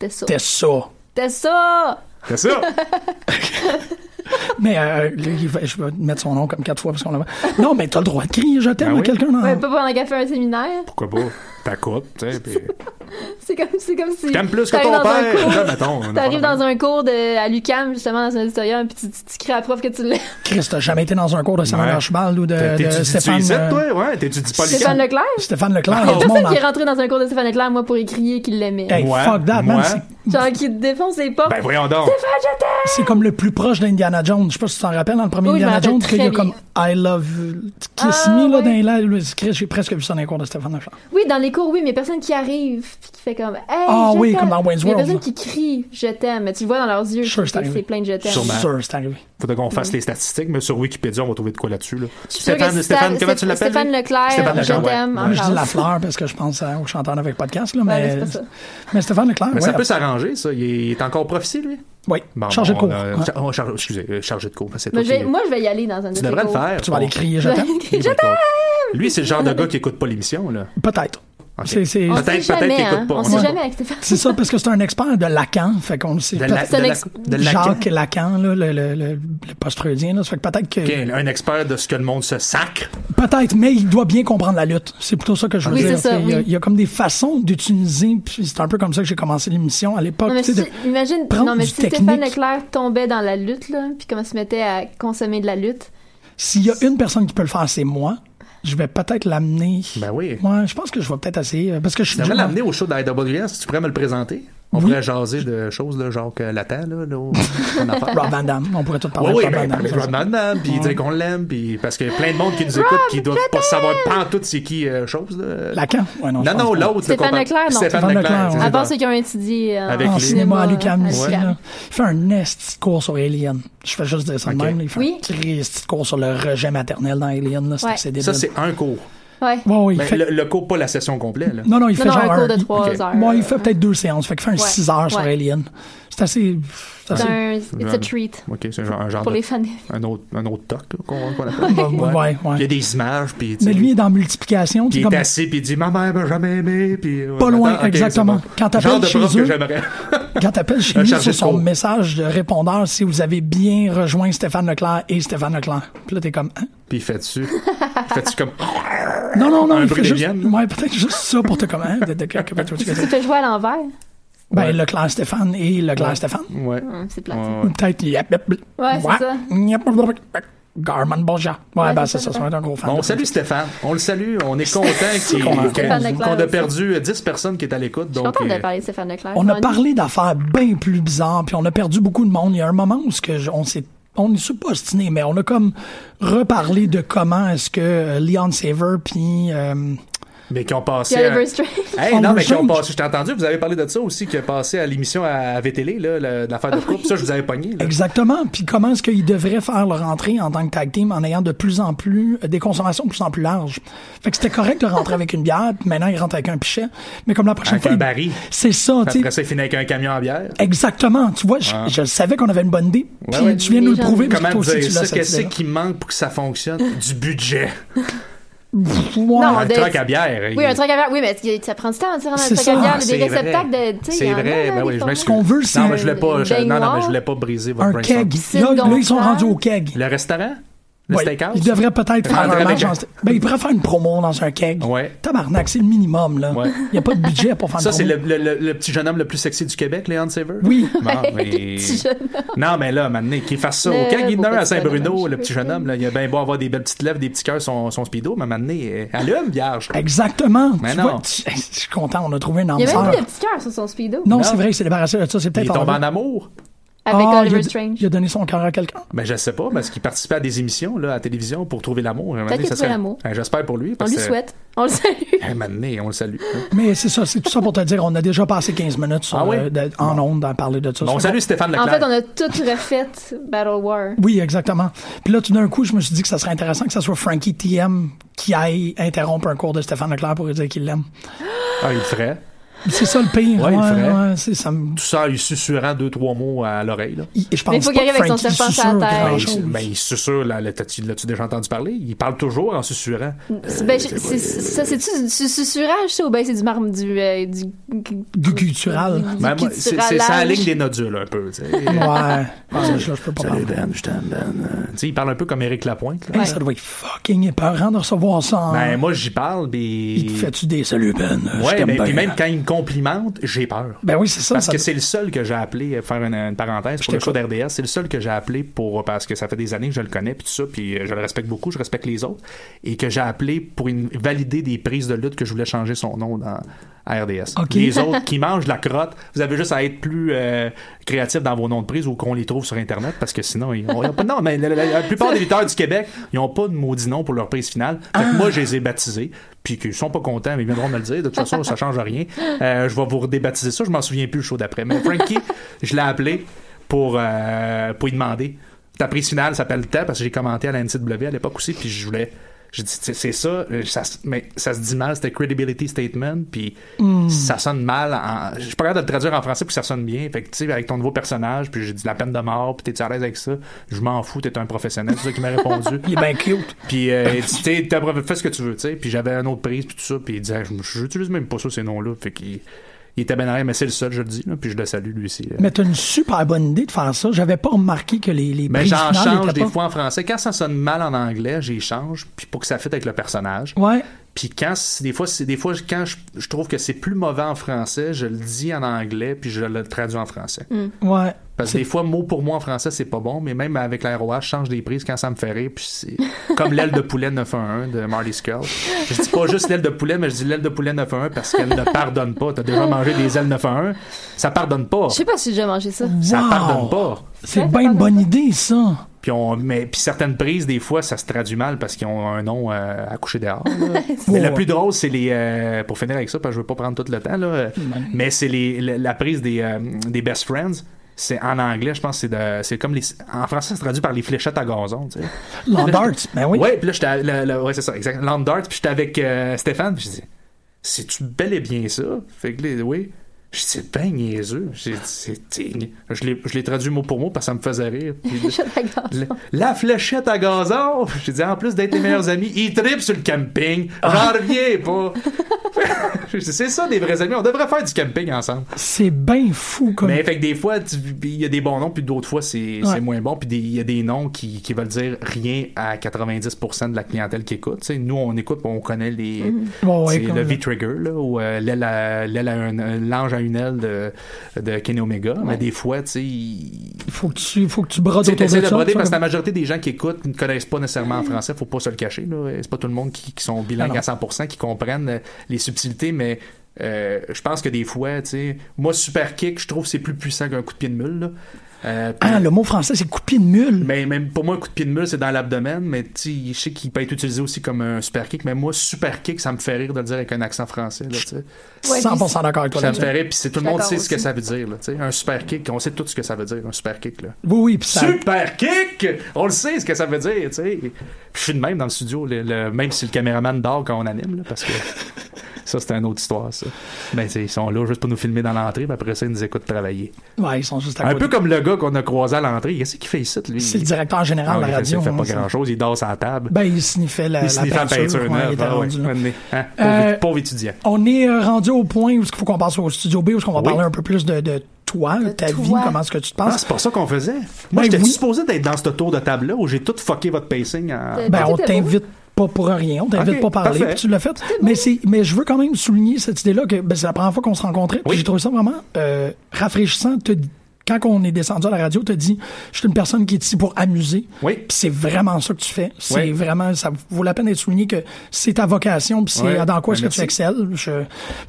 S5: T'es ça.
S3: C'était ça.
S5: T'es ça!
S6: T'as ça.
S3: Mais euh, là, il va- je vais mettre son nom comme quatre fois parce qu'on l'a. Non, mais t'as le droit de crier, je t'aime
S6: Ben
S3: à
S6: oui.
S3: quelqu'un dans.
S5: Ouais, bah. pas pendant qu'elle fait un séminaire.
S6: Pourquoi pas? T'as coupé, tu sais. puis-
S5: C'est comme, c'est comme si.
S6: T'aimes plus que
S5: t'arrives
S6: ton
S5: dans un
S6: père.
S5: cours-
S6: Là, mettons, une
S5: T'arrives
S6: affaire
S5: dans un cours de, à l'UCAM, justement, dans un auditorium, puis tu, tu, tu cries à la prof que tu l'aimes.
S3: Chris, t'as jamais été dans un cours de Samuel
S6: Ouais.
S3: Archibald ou de,
S6: T'es-
S3: de
S6: T'es-tu
S3: Stéphane,
S6: Stéphane, tu
S3: euh,
S6: toi? Ouais, t'es-tu du
S5: Stéphane
S6: Polycam?
S5: Leclerc?
S3: Stéphane Leclerc.
S5: Il y
S3: du
S5: a
S3: monde
S5: personne
S3: en-
S5: qui est rentré dans un cours de Stéphane Leclerc, moi, pour y crier qu'il l'aimait.
S3: Hey,
S6: Moi,
S3: fuck that, man.
S6: moi.
S3: C'est-
S5: Genre, qui défonce les portes.
S6: Ben voyons donc.
S3: C'est comme le plus proche d'Indiana Jones. Je sais pas si tu t'en rappelles, dans le premier
S5: Oui, je
S3: Indiana
S5: m'en
S3: Jones, qu'il
S5: rappelle
S3: y a
S5: très
S3: comme I love Kiss
S5: Ah,
S3: Me, là,
S5: ouais.
S3: dans les lèvres. Là, Chris, j'ai presque vu ça dans les cours de Stéphane Leclerc.
S5: Oui, dans les cours, oui, mais personne qui arrive puis qui fait comme Hey,
S3: Ah
S5: je
S3: oui,
S5: t'aime.
S3: comme dans Wayne's
S5: Il y a
S3: World,
S5: personne
S3: là.
S5: qui crie Je t'aime, mais tu le vois dans leurs yeux,
S3: Sure,
S5: c'est
S3: c'est arrivé.
S5: c'est plein de je t'aime.
S6: Sûrement.
S3: Sûr, c'est arrivé.
S6: Faudrait qu'on fasse les statistiques, mais sur Wikipédia, on va trouver de quoi là-dessus. Là.
S5: Je suis sûre que Stéphane-
S6: comment tu l'appelles?
S5: Stéphane
S6: lui?
S5: Leclerc,
S6: Stéphane Leclerc,
S5: je
S6: ouais.
S5: t'aime.
S3: Moi, je dis
S5: Charles.
S3: la fleur parce que je pense euh, au chanteur avec podcast, là,
S5: Mm, mais
S3: mais,
S5: c'est pas ça.
S3: mais Stéphane Leclerc,
S6: Mais
S3: oui.
S6: ça peut s'arranger, ça. Il est- il est encore prof ici, lui?
S3: oui.
S6: Bon,
S3: Chargé de
S6: on
S3: cours.
S6: a-
S3: Ouais.
S6: cha- oh, chargé- excusez, euh, chargé de cours. c'est toi
S5: Mais je vais-
S6: qui-
S5: Moi, je vais y aller dans un de
S6: tu
S5: ces
S6: devrais le
S5: cours.
S6: faire.
S3: Tu vas aller crier, je
S5: Je vais
S3: t'aime.
S5: aller crier, Je t'aime.
S6: t'aime. Lui, c'est le genre de gars qui écoute pas l'émission, là.
S3: Peut-être.
S6: Ok.
S3: C'est- c'est-
S5: On
S6: Peut-être-
S5: sait
S6: peut-être
S5: jamais,
S6: qu'il écoute
S5: hein.
S6: pas,
S5: On
S6: on
S5: sait
S6: sait
S5: jamais avec Stéphane.
S3: C'est ça, parce que c'est un expert de Lacan. Fait qu'on le sait.
S6: De
S3: peut-
S6: la,
S5: C'est un
S6: de la-
S5: ex-
S6: de la-
S3: Jacques Lacan, là, le, le, le, le post-freudien. là. Ça fait que peut-être que.
S6: Ok, Un expert de ce que le monde se sacre.
S3: Peut-être, mais il doit bien comprendre la lutte. C'est plutôt ça que je veux
S5: Oui,
S3: dire.
S5: c'est ça,
S3: il, y a,
S5: oui.
S3: il y a comme des façons d'utiliser. puis C'est un peu comme ça que j'ai commencé l'émission à l'époque.
S5: Non, mais
S3: tu
S5: si,
S3: sais, de-
S5: imagine,
S3: prendre
S5: non, mais
S3: du
S5: si Stéphane
S3: technique.
S5: Leclerc tombait dans la lutte, là, puis comment se mettait à consommer de la lutte.
S3: S'il y a une personne qui peut le faire, c'est moi. je vais peut-être l'amener.
S6: Ben oui.
S3: Ouais, je pense que je vais peut-être essayer. euh, Parce que je suis.
S6: Tu devrais
S3: déjà-
S6: l'amener au show de la IWS, si tu pourrais me le présenter. On
S3: Oui.
S6: pourrait jaser de choses de genre que l'attend, là, là, au- en affaires.
S3: Rob Van Damme. On pourrait tout parler
S6: Oui, oui, ben,
S3: de Rob Van Damme.
S6: mais parler de
S3: ça,
S6: Rob Van Damme, puis dire qu'on l'aime, puis parce qu'il y a plein de monde qui nous écoute qui doivent pas savoir pas en tout c'est qui euh, chose. Là.
S3: Lacan? Ouais, non, je
S6: non,
S3: pense
S6: non,
S3: pas.
S6: l'autre.
S5: Stéphane
S6: le compa-
S5: Leclerc, non.
S6: Stéphane
S3: Stéphane
S6: Leclerc.
S3: Leclerc,
S6: c'est
S3: ouais.
S8: À
S6: ça.
S8: part ceux qui ont étudié en,
S6: Avec
S3: En
S6: les-
S3: cinéma à l'UQAM
S8: à
S3: ici,
S8: l'UQAM.
S3: là. Il fait un esti de cours sur Alien. Je fais juste dire ça de
S6: Ok.
S3: même. là. Il fait
S8: Oui.
S3: un Christ de cours sur le rejet maternel dans Alien. là. C'est
S8: Ouais.
S3: assez débile.
S6: Ça, c'est un cours.
S8: Ouais.
S3: Ouais, ouais, il
S6: Mais
S3: fait-
S6: le, le cours, pas la session complète. Là.
S3: Non, non, il fait
S8: Non, non,
S3: genre
S8: un cours de
S3: il-
S8: trois
S6: Ok.
S8: heures.
S3: Bon, il fait peut-être deux séances. Fait qu'il fait un
S8: Ouais.
S3: 6 heures sur
S8: Ouais.
S3: Alien. C'est assez. C'est
S8: C'est
S3: assez.
S8: un it's a treat
S6: OK, c'est genre un genre
S8: pour
S6: de-
S8: les fans.
S6: un autre un autre toc là, qu'on qu'on appelle.
S3: Ouais, ouais.
S6: Il y a des images puis tu sais,
S3: Mais lui il est dans multiplication.
S6: puis
S3: tu
S6: il
S3: sais,
S6: est
S3: comme-
S6: assis puis il dit ma mère m'a jamais aimé puis Ah,
S3: Pas loin, exactement. Quand
S6: Quand
S3: t'appelles
S6: genre de prof
S3: chez
S6: que
S3: eux.
S6: j'aimerais.
S3: Quand t'appelles chez
S6: Un
S3: nous,
S6: chargé
S3: c'est
S6: de
S3: son
S6: cours.
S3: message de répondeur si vous avez bien rejoint Stéphane Leclerc et Stéphane Leclerc. Puis là, t'es comme. Hein?
S6: puis il fait dessus. fait tu comme oh,
S3: Non, non, non,
S6: Un
S3: il
S6: bruit
S3: fait
S6: de
S3: juste.
S6: viande.
S3: Ouais, peut-être juste ça pour te comme. Hein? de- de- que- que- que- que-
S8: Tu fais jouer à l'envers.
S3: Ben,
S6: Ouais.
S3: Leclerc Stéphane et Leclerc Stéphane.
S6: ouais.
S8: Hum, C'est plat.
S6: Ouais,
S3: Ou
S6: ouais.
S3: peut-être. Yep, yep, yep.
S8: Ouais, c'est
S3: Ouais.
S8: ça.
S3: Yep, yep, yep, yep. Garman Borgia. Ouais,
S8: Ouais,
S3: ben,
S8: c'est
S3: c'est
S8: ça,
S3: ça, ça va être un gros fan.
S6: Bon, on
S3: de-
S6: salue Stéphane. On le salue. On est content qu'il-
S3: qu'on a-
S6: qu'on
S8: Stéphane
S6: qu'on a
S8: Leclerc,
S6: perdu euh, 10 personnes qui étaient à l'écoute.
S8: Je suis
S6: donc,
S8: contente de
S6: euh,
S8: parler de Stéphane Leclerc.
S3: On a
S8: Mon-
S3: parlé d'affaires bien plus bizarres, puis on a perdu beaucoup de monde. Il y a un moment où ce que je- on s'est on ne s'est pas ostiné, mais on a comme reparlé de comment est-ce que euh, Leon Saver puis euh,
S6: Mais qui ont passé.
S8: Il y a
S6: à-
S8: River Strange.
S6: Hey,
S3: On
S6: non,
S3: veut
S6: mais qui ont
S3: change.
S6: passé. Je t'ai entendu, vous avez parlé de ça aussi, qui a passé à l'émission à VTL, là, le- l'affaire de couple. Ça, je vous avais pogné. là.
S3: Exactement. Puis comment est-ce qu'ils devraient faire leur entrée en tant que tag team en ayant de plus en plus euh, des consommations de plus en plus larges. Fait que c'était correct de rentrer avec une bière, puis maintenant ils rentrent avec un pichet. Mais comme la prochaine
S6: Avec
S3: fois,
S6: un
S3: ils-
S6: baril.
S3: c'est ça. tu sais.
S6: Après ça, il finit avec un camion à bière.
S3: Exactement. Tu vois, je, je savais qu'on avait une bonne idée. Puis
S6: Ah. ouais.
S3: tu viens de nous
S8: Les
S3: le
S8: gens-
S3: prouver. parce que
S6: Comment
S3: toi aussi,
S6: dire
S3: tu l'as
S6: ça?
S3: cette
S6: Qu'est-ce
S3: idée-là.
S6: qui manque pour que ça fonctionne? Du budget.
S3: Ouais.
S5: Non,
S6: Un
S5: de-
S6: truc à bière. il-
S5: Oui, un truc à bière. Oui, mais est-ce que ça prend du temps à tirer un
S3: C'est
S5: truc
S3: ça.
S5: à bière.
S3: Ah,
S5: Il y a des
S6: c'est vrai.
S5: réceptacles de. tu sais, il
S6: C'est
S5: y en a,
S6: vrai,
S5: là, des
S6: ben oui, je
S5: formats.
S6: m'excuse.
S3: qu'on veut, c'est
S6: Non, mais je voulais pas, je- non, non,
S5: baignoire.
S6: mais je voulais pas briser votre
S3: un
S6: brainstorm.
S3: keg.
S5: Piscine
S3: Là, là, ils sont
S5: gonflable.
S3: rendus au keg.
S6: Le restaurant? Le
S3: Ouais,
S6: steakhouse?
S3: Ils devraient peut-être faire
S6: Rentrer
S3: un match.
S6: avec un-
S3: en sta- Ben, ils pourraient faire une promo dans un keg.
S6: Ouais.
S3: Tabarnak, c'est le minimum, là.
S6: Ouais.
S3: Il n'y a pas de budget pour faire
S6: Ça,
S3: une
S6: c'est
S3: promo.
S6: le, le- le- le petit jeune homme le plus sexy du Québec, Léon Saver?
S3: Oui.
S6: Bon, mais- Non, mais là, maintenant, qu'il fasse ça.
S8: Le
S6: Au Keg, il y en a
S8: beau
S6: un à
S8: petit bonhomme,
S6: Saint-Bruno,
S8: je
S6: le
S8: peux
S6: petit jeune homme, là, il a bien beau avoir des belles petites lèvres, des petits cœurs, son, son speedo, mais maintenant, euh, allume, vierge.
S3: Exactement.
S6: Mais
S3: tu
S6: non.
S3: vois, tu- je suis content, on a trouvé une
S8: Il
S3: âme
S8: y a même
S3: sœur.
S8: plus de petit cœur sur son speedo.
S3: Non,
S6: Non.
S3: c'est vrai, il s'est débarrassé de ça. C'est
S6: Il est
S3: peut-être
S6: tombé
S3: enlevé.
S6: en amour.
S8: Avec
S3: Ah, il,
S8: Oliver
S3: a,
S8: Strange.
S3: il a donné son cœur à quelqu'un.
S6: Ben, je sais pas, parce qu'il participait à des émissions là, à la télévision pour trouver l'amour. Un moment donné,
S8: qu'il
S6: ça
S8: a trouvé l'amour.
S6: Ben, J'espère pour lui.
S8: On
S6: parce
S8: lui
S6: que-
S8: souhaite. On le salue.
S6: Un moment donné, on le salue. hein.
S3: Mais c'est ça, c'est tout ça pour te dire, on a déjà passé 15 minutes sur,
S6: Ah oui?
S3: euh, de- en ondes à parler de ça.
S6: Bon, on
S3: C'est
S6: salue Stéphane
S8: En
S6: Leclerc.
S8: fait, on a tout refait Battle
S6: Euh,
S8: War.
S3: Oui, exactement. Puis là, tout d'un coup, je me suis dit que ça serait intéressant que ça soit Frankie TM qui aille interrompre un cours de Stéphane Leclerc pour lui dire qu'il l'aime.
S6: Ah, il le ferait.
S3: C'est ça le pire.
S6: Ouais, il le ferait.
S3: ouais, c'est ça. me-
S6: Tout ça, il susurrant deux, trois mots à l'oreille. là.
S3: il- Je pense
S8: Mais il faut qu'il
S3: pas que
S8: arrive avec son
S3: Frankie
S8: serpent
S3: susurre
S8: sur la tête.
S6: Ben,
S3: grand
S6: il-
S3: chose.
S6: ben, il susurre, là, là, t'as-tu- l'as-tu déjà entendu parler? Il parle toujours en susurrant.
S5: Ben, je- c'est- ça, c'est-tu du du susurrage, ça, ou ben c'est du marbre du. euh, du...
S3: Du cultural.
S6: Ben, moi,
S5: qui
S6: c'est
S5: tire à
S6: c'est- c'est la
S5: l'âge.
S6: ligne des nodules, un peu. tu sais.
S3: Ouais. Ah, ça, je peux pas parler.
S6: Salut Ben, je t'aime Ben. Euh, Tu sais, il parle un peu comme Éric Lapointe. là.
S3: Hey, ça doit être fucking épeurant de recevoir ça. en-
S6: Ben, moi, j'y parle,
S3: Ah. Il te
S6: puis...
S3: fait-tu des salut Ben? je
S6: Ouais,
S3: t'aime
S6: mais
S3: bien.
S6: puis même quand il me complimente, j'ai peur.
S3: Ben oui, c'est ça.
S6: Parce
S3: ça-
S6: que c'est le seul que j'ai appelé, euh, faire une, une parenthèse pour le show d'RDS, c'est le seul que j'ai appelé pour, euh, parce que ça fait des années que je le connais, puis tout ça, puis euh, je le respecte beaucoup, je respecte les autres, et que j'ai appelé pour une- valider des prises de lutte que je voulais changer son nom dans, à RDS.
S3: Ok.
S6: Les autres qui mangent de la crotte, vous avez juste à être plus euh, créatif dans vos noms de prise ou qu'on les trouve sur Internet, parce que sinon, ils ont, ils ont pas de nom. Mais la, la- la plupart des lutteurs du Québec, ils n'ont pas de maudit nom pour leur prise finale. Fait que moi, je les ai baptisés, puis qu'ils sont pas contents, mais ils viendront me le dire. De toute façon, ça change rien. Euh, je vais vous redébaptiser ça, je m'en souviens plus le show d'après. Mais Frankie, je l'ai appelé pour, euh, pour lui demander. Ta prise finale s'appelle temps parce que j'ai commenté à la NCW à l'époque aussi, puis je voulais. J'ai dit, c'est c'est ça, euh, ça, se- mais ça se dit mal, c'était credibility statement, puis ça sonne mal. en- je suis pas capable de le traduire en français pour que ça sonne bien. Fait que, tu sais, avec ton nouveau personnage, puis j'ai dit la peine de mort, puis t'es-tu à l'aise avec ça? Je m'en fous, t'es un professionnel, c'est ça qui m'a répondu.
S3: Il est bien cute.
S6: Puis euh, il dit, T'es- t'as- fais ce que tu veux, tu sais. Puis j'avais un autre prise, puis tout ça. Puis il disait, Je- j'utilise même pas ça, ces noms-là. Fait qu'il il était ben arrière, mais c'est le seul, je le dis. là, puis je le salue, lui aussi. là.
S3: Mais t'as une super bonne idée de faire ça. J'avais pas remarqué que les, les
S6: Mais
S3: prises
S6: Ben, j'en
S3: finales
S6: change
S3: étaient
S6: des
S3: pas-
S6: fois en français. Quand ça sonne mal en anglais, j'y change, puis pour que ça fitte avec le personnage.
S3: Ouais.
S6: Puis quand c'est- des fois, c'est des fois quand je, je trouve que c'est plus mauvais en français, je le dis en anglais, puis je le traduis en français.
S3: Ouais.
S6: Parce que des fois, mot pour mot en français, c'est pas bon, mais même avec l'ROH, je change des prises quand ça me fait rire. Puis c'est comme l'aile de poulet 911 de Marty Skull. Je dis pas juste l'aile de poulet, mais je dis l'aile de poulet 911 parce qu'elle ne pardonne pas. T'as déjà mangé des ailes 911. Ça pardonne pas.
S8: Je sais pas si j'ai déjà mangé ça.
S6: Ça
S3: Wow!
S6: pardonne pas.
S3: C'est bien une bonne idée, ça.
S6: Puis, on, mais, puis certaines prises, des fois, ça se traduit mal parce qu'ils ont un nom euh, à coucher dehors. là. mais
S3: Ouais.
S6: le plus drôle, c'est les. euh, pour finir avec ça, parce que je veux pas prendre tout le temps, là, euh, mais c'est les, la, la prise des, euh, des Best Friends. C'est en anglais, je pense, que c'est de- c'est comme les. En français, ça se traduit par les fléchettes à gazon, tu sais.
S3: Landart, ben oui.
S6: Ouais, puis là, j'étais. à- le- le- Ouais, c'est ça, exact. Land Dart, puis j'étais avec euh, Stéphane, puis je dis C'est-tu bel et bien ça Fait que là, oui. Je dis C'est ben niaiseux. J'ai dit, C'est digne. Je l'ai je l'ai traduit mot pour mot parce que ça me faisait rire. Puis-
S8: D'accord.
S6: la, la fléchette à gazon! J'ai dit, en plus d'être tes meilleurs amis, ils tripent sur le camping.
S3: Ah.
S6: J'en reviens pas! J'ai dit, c'est ça, des vrais amis. On devrait faire du camping ensemble.
S3: C'est bien fou comme.
S6: Mais fait que des fois, tu- il y a des bons noms, puis d'autres fois, c'est c'est moins bon. Puis des- il y a des noms qui, qui veulent dire rien à 90% de la clientèle qui écoute. Tu sais, nous, on écoute, on connaît les.
S3: Ouais, ouais,
S6: c'est
S3: comme-
S6: le V-Trigger, là, ou euh, l'aile à- l'aile à un- l'ange à une aile de, de Kenny Omega. Mais des fois, tu sais, il-
S3: Faut que tu, faut que tu brodes
S6: tu sais,
S3: autour de
S6: t'essaies de
S3: ça.
S6: broder parce que la
S3: comme-
S6: majorité des gens qui écoutent ne connaissent pas nécessairement en français, faut pas se le cacher. là. C'est pas tout le monde qui, qui sont bilingues à 100%, qui comprennent euh, les subtilités, mais euh, je pense que des fois, tu sais, moi, super kick, je trouve que c'est plus puissant qu'un coup de pied de mule. là. Euh, puis-
S3: Ah, le mot français, c'est coupé de mule.
S6: mais même pour moi, un coup de pied de mule, c'est dans l'abdomen, mais tu sais, je sais qu'il peut être utilisé aussi comme un super kick, mais moi, super kick, ça me fait rire de le dire avec un accent français. Là, tu sais.
S3: 100% d'accord avec toi
S6: ça me
S3: là-dessus.
S6: fait rire, puis c'est- tout le monde
S8: d'accord
S6: sait ce que
S8: aussi.
S6: ça veut dire. Là, tu sais. un super kick, on sait tout ce que ça veut dire, un super kick. Là.
S3: Oui, oui, pis ça.
S6: Super kick! On le sait ce que ça veut dire, tu sais. Puis je suis de même dans le studio, le- le- même si le caméraman dort quand on anime, là, parce que ça, c'est une autre histoire, ça. Ben, tu sais, ils sont là juste pour nous filmer dans l'entrée, puis après ça, ils nous écoutent travailler.
S3: Ouais, ils sont juste à
S6: Un
S3: côté.
S6: peu comme le gars qu'on a croisé à l'entrée. Qu'est-ce qu'il fait ici, lui?
S3: C'est le directeur
S6: Ah,
S3: général de
S6: il
S3: la
S6: fait-
S3: radio.
S6: Il fait
S3: hein,
S6: pas
S3: ça.
S6: grand-chose, il dort sur la table.
S3: Ben, il sniffait la,
S6: il
S3: la
S6: sniffe la peinture
S3: ouais,
S6: neuve.
S3: il était
S6: Ah, ouais.
S3: rendu là.
S6: Hein,
S3: Euh,
S6: pauvre- Pauvre étudiant.
S3: On est euh, rendu au point où il faut qu'on passe au studio B, où qu'on va
S6: Oui.
S3: parler un peu plus de, de toi, de ta
S8: toi.
S3: vie, comment est-ce que tu te
S6: Ah,
S3: penses.
S6: c'est pas ça qu'on faisait.
S3: Ben
S6: Moi, j'étais
S3: oui.
S6: supposé d'être dans ce tour de table-là où j'ai tout fucké votre pacing en- Ah,
S8: Euh,
S3: Ben,
S8: tout
S3: on
S8: était beau.
S3: t'invite pas pour rien, on t'invite
S6: Ok,
S3: pas à parler,
S6: parfait.
S3: puis tu l'as fait. Mais, c'est, mais je veux quand même souligner cette idée-là que ben, c'est la première fois qu'on se rencontrait, puis
S6: Oui.
S3: j'ai trouvé ça vraiment euh, rafraîchissant. Te- quand on est descendu à la radio, tu as dit Je suis une personne qui est ici pour amuser.
S6: Oui.
S3: Puis c'est vraiment ça que tu fais. C'est
S6: Oui.
S3: vraiment, ça vaut la peine d'être souligné que c'est ta vocation, puis c'est
S6: Ouais.
S3: dans quoi est-ce
S6: Ben,
S3: que tu
S6: merci.
S3: excelles. Je,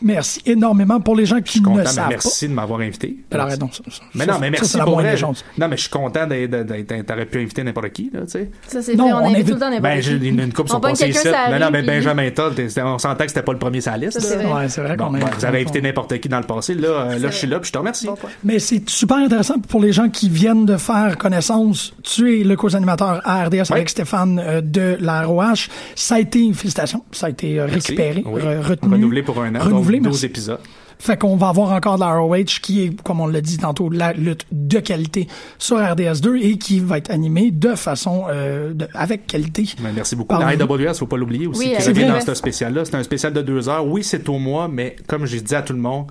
S3: merci énormément pour les gens qui
S6: content, Ben,
S3: ne
S6: mais
S3: savent
S6: merci de m'avoir invité.
S3: pas. Alors, non, ça- ça-
S6: Mais
S3: ça-
S6: non, mais
S3: ça,
S6: merci
S3: c'est la
S6: pour
S3: moindre
S6: vrai.
S3: des choses.
S6: Non, mais je suis content d'être. d'être- T'aurais pu inviter n'importe qui, là, tu sais.
S8: Ça, c'est
S3: Non,
S8: vrai, on,
S3: on
S8: invite
S3: invite-
S8: tout le temps n'importe
S6: Ben, j'ai-
S8: qui.
S6: une, une
S8: Eh
S6: couple
S8: On
S6: sont
S8: pomme
S6: passés
S8: quelqu'un,
S6: ici.
S8: ça
S6: Mais
S8: arrive,
S6: non, mais
S8: puis-
S6: Benjamin Todd, t'es- on s'entend que c'était pas le premier sur la
S8: Ça,
S6: liste.
S8: c'est
S6: là.
S8: vrai.
S3: Ouais, c'est vrai
S6: Bon,
S3: qu'on a-
S6: ben, vous avez invité n'importe qui dans le passé. Là, euh, là je suis là, puis je te remercie.
S3: Mais c'est super intéressant pour les gens qui viennent de faire connaissance. Tu es le co-animateur à RDS avec Stéphane euh, de la ROH. Ça a été, félicitations, ça a été euh,
S6: Merci.
S3: récupéré,
S6: Oui.
S3: re- retenu.
S6: Renouvelé pour un an.
S3: Renouvelé,
S6: donc 12
S3: merci.
S6: épisodes.
S3: Fait qu'on va avoir encore de la ROH qui est, comme on l'a dit tantôt, la lutte de qualité sur RDS2 et qui va être animée de façon, euh, de- avec qualité.
S6: Ben, merci beaucoup.
S3: Pardon.
S6: La IWS, faut pas l'oublier aussi,
S8: Oui,
S6: qui
S8: c'est
S6: revient
S8: vrai.
S6: dans ce spécial-là. C'est un spécial de deux heures. Oui, c'est au mois, mais comme j'ai dit à tout le monde,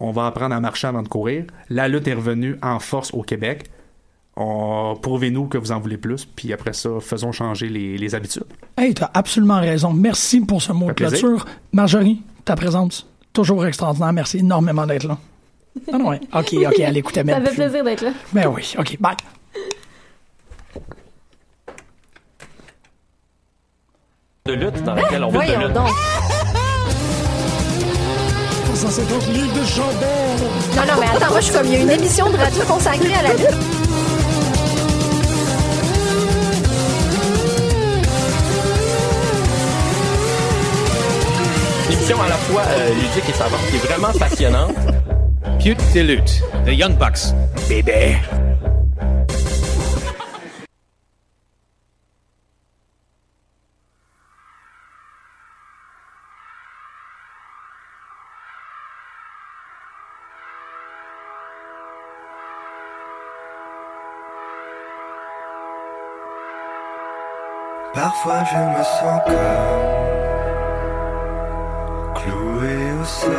S6: on va apprendre à marcher avant de courir. La lutte est revenue en force au Québec. On- Prouvez-nous que vous en voulez plus, puis après ça, faisons changer les, les habitudes.
S3: Hey, t'as absolument raison. Merci pour ce mot de
S6: Fait plaisir.
S3: clôture. Marjorie, ta présence, toujours extraordinaire. Merci énormément d'être là. Ah non, ouais. OK, OK, elle écoutait même
S8: Ça fait
S3: plus.
S8: plaisir d'être là.
S3: Ben oui, OK, bye.
S1: de lutte dans laquelle on parle de
S2: Voyons
S1: lutte.
S2: donc. Non, non, mais attends, moi, je suis comme, il y a une émission de radio consacrée à la lutte.
S1: Une émission à la fois euh, ludique et savante qui est vraiment passionnante.
S4: Pute de lutte. The Young Bucks. Bébé.
S9: Parfois je me sens comme cloué au sol,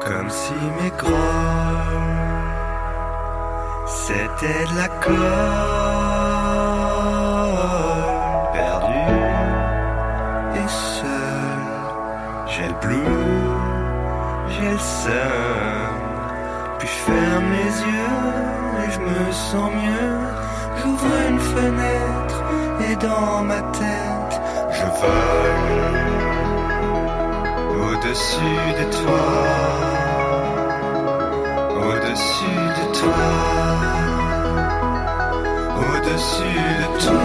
S9: comme si mes grolles c'était de la colle perdue et seul. J'ai le blues, j'ai le seum, puis fais et dans ma tête, je vole au-dessus de toi, au-dessus de toi, au-dessus de toi.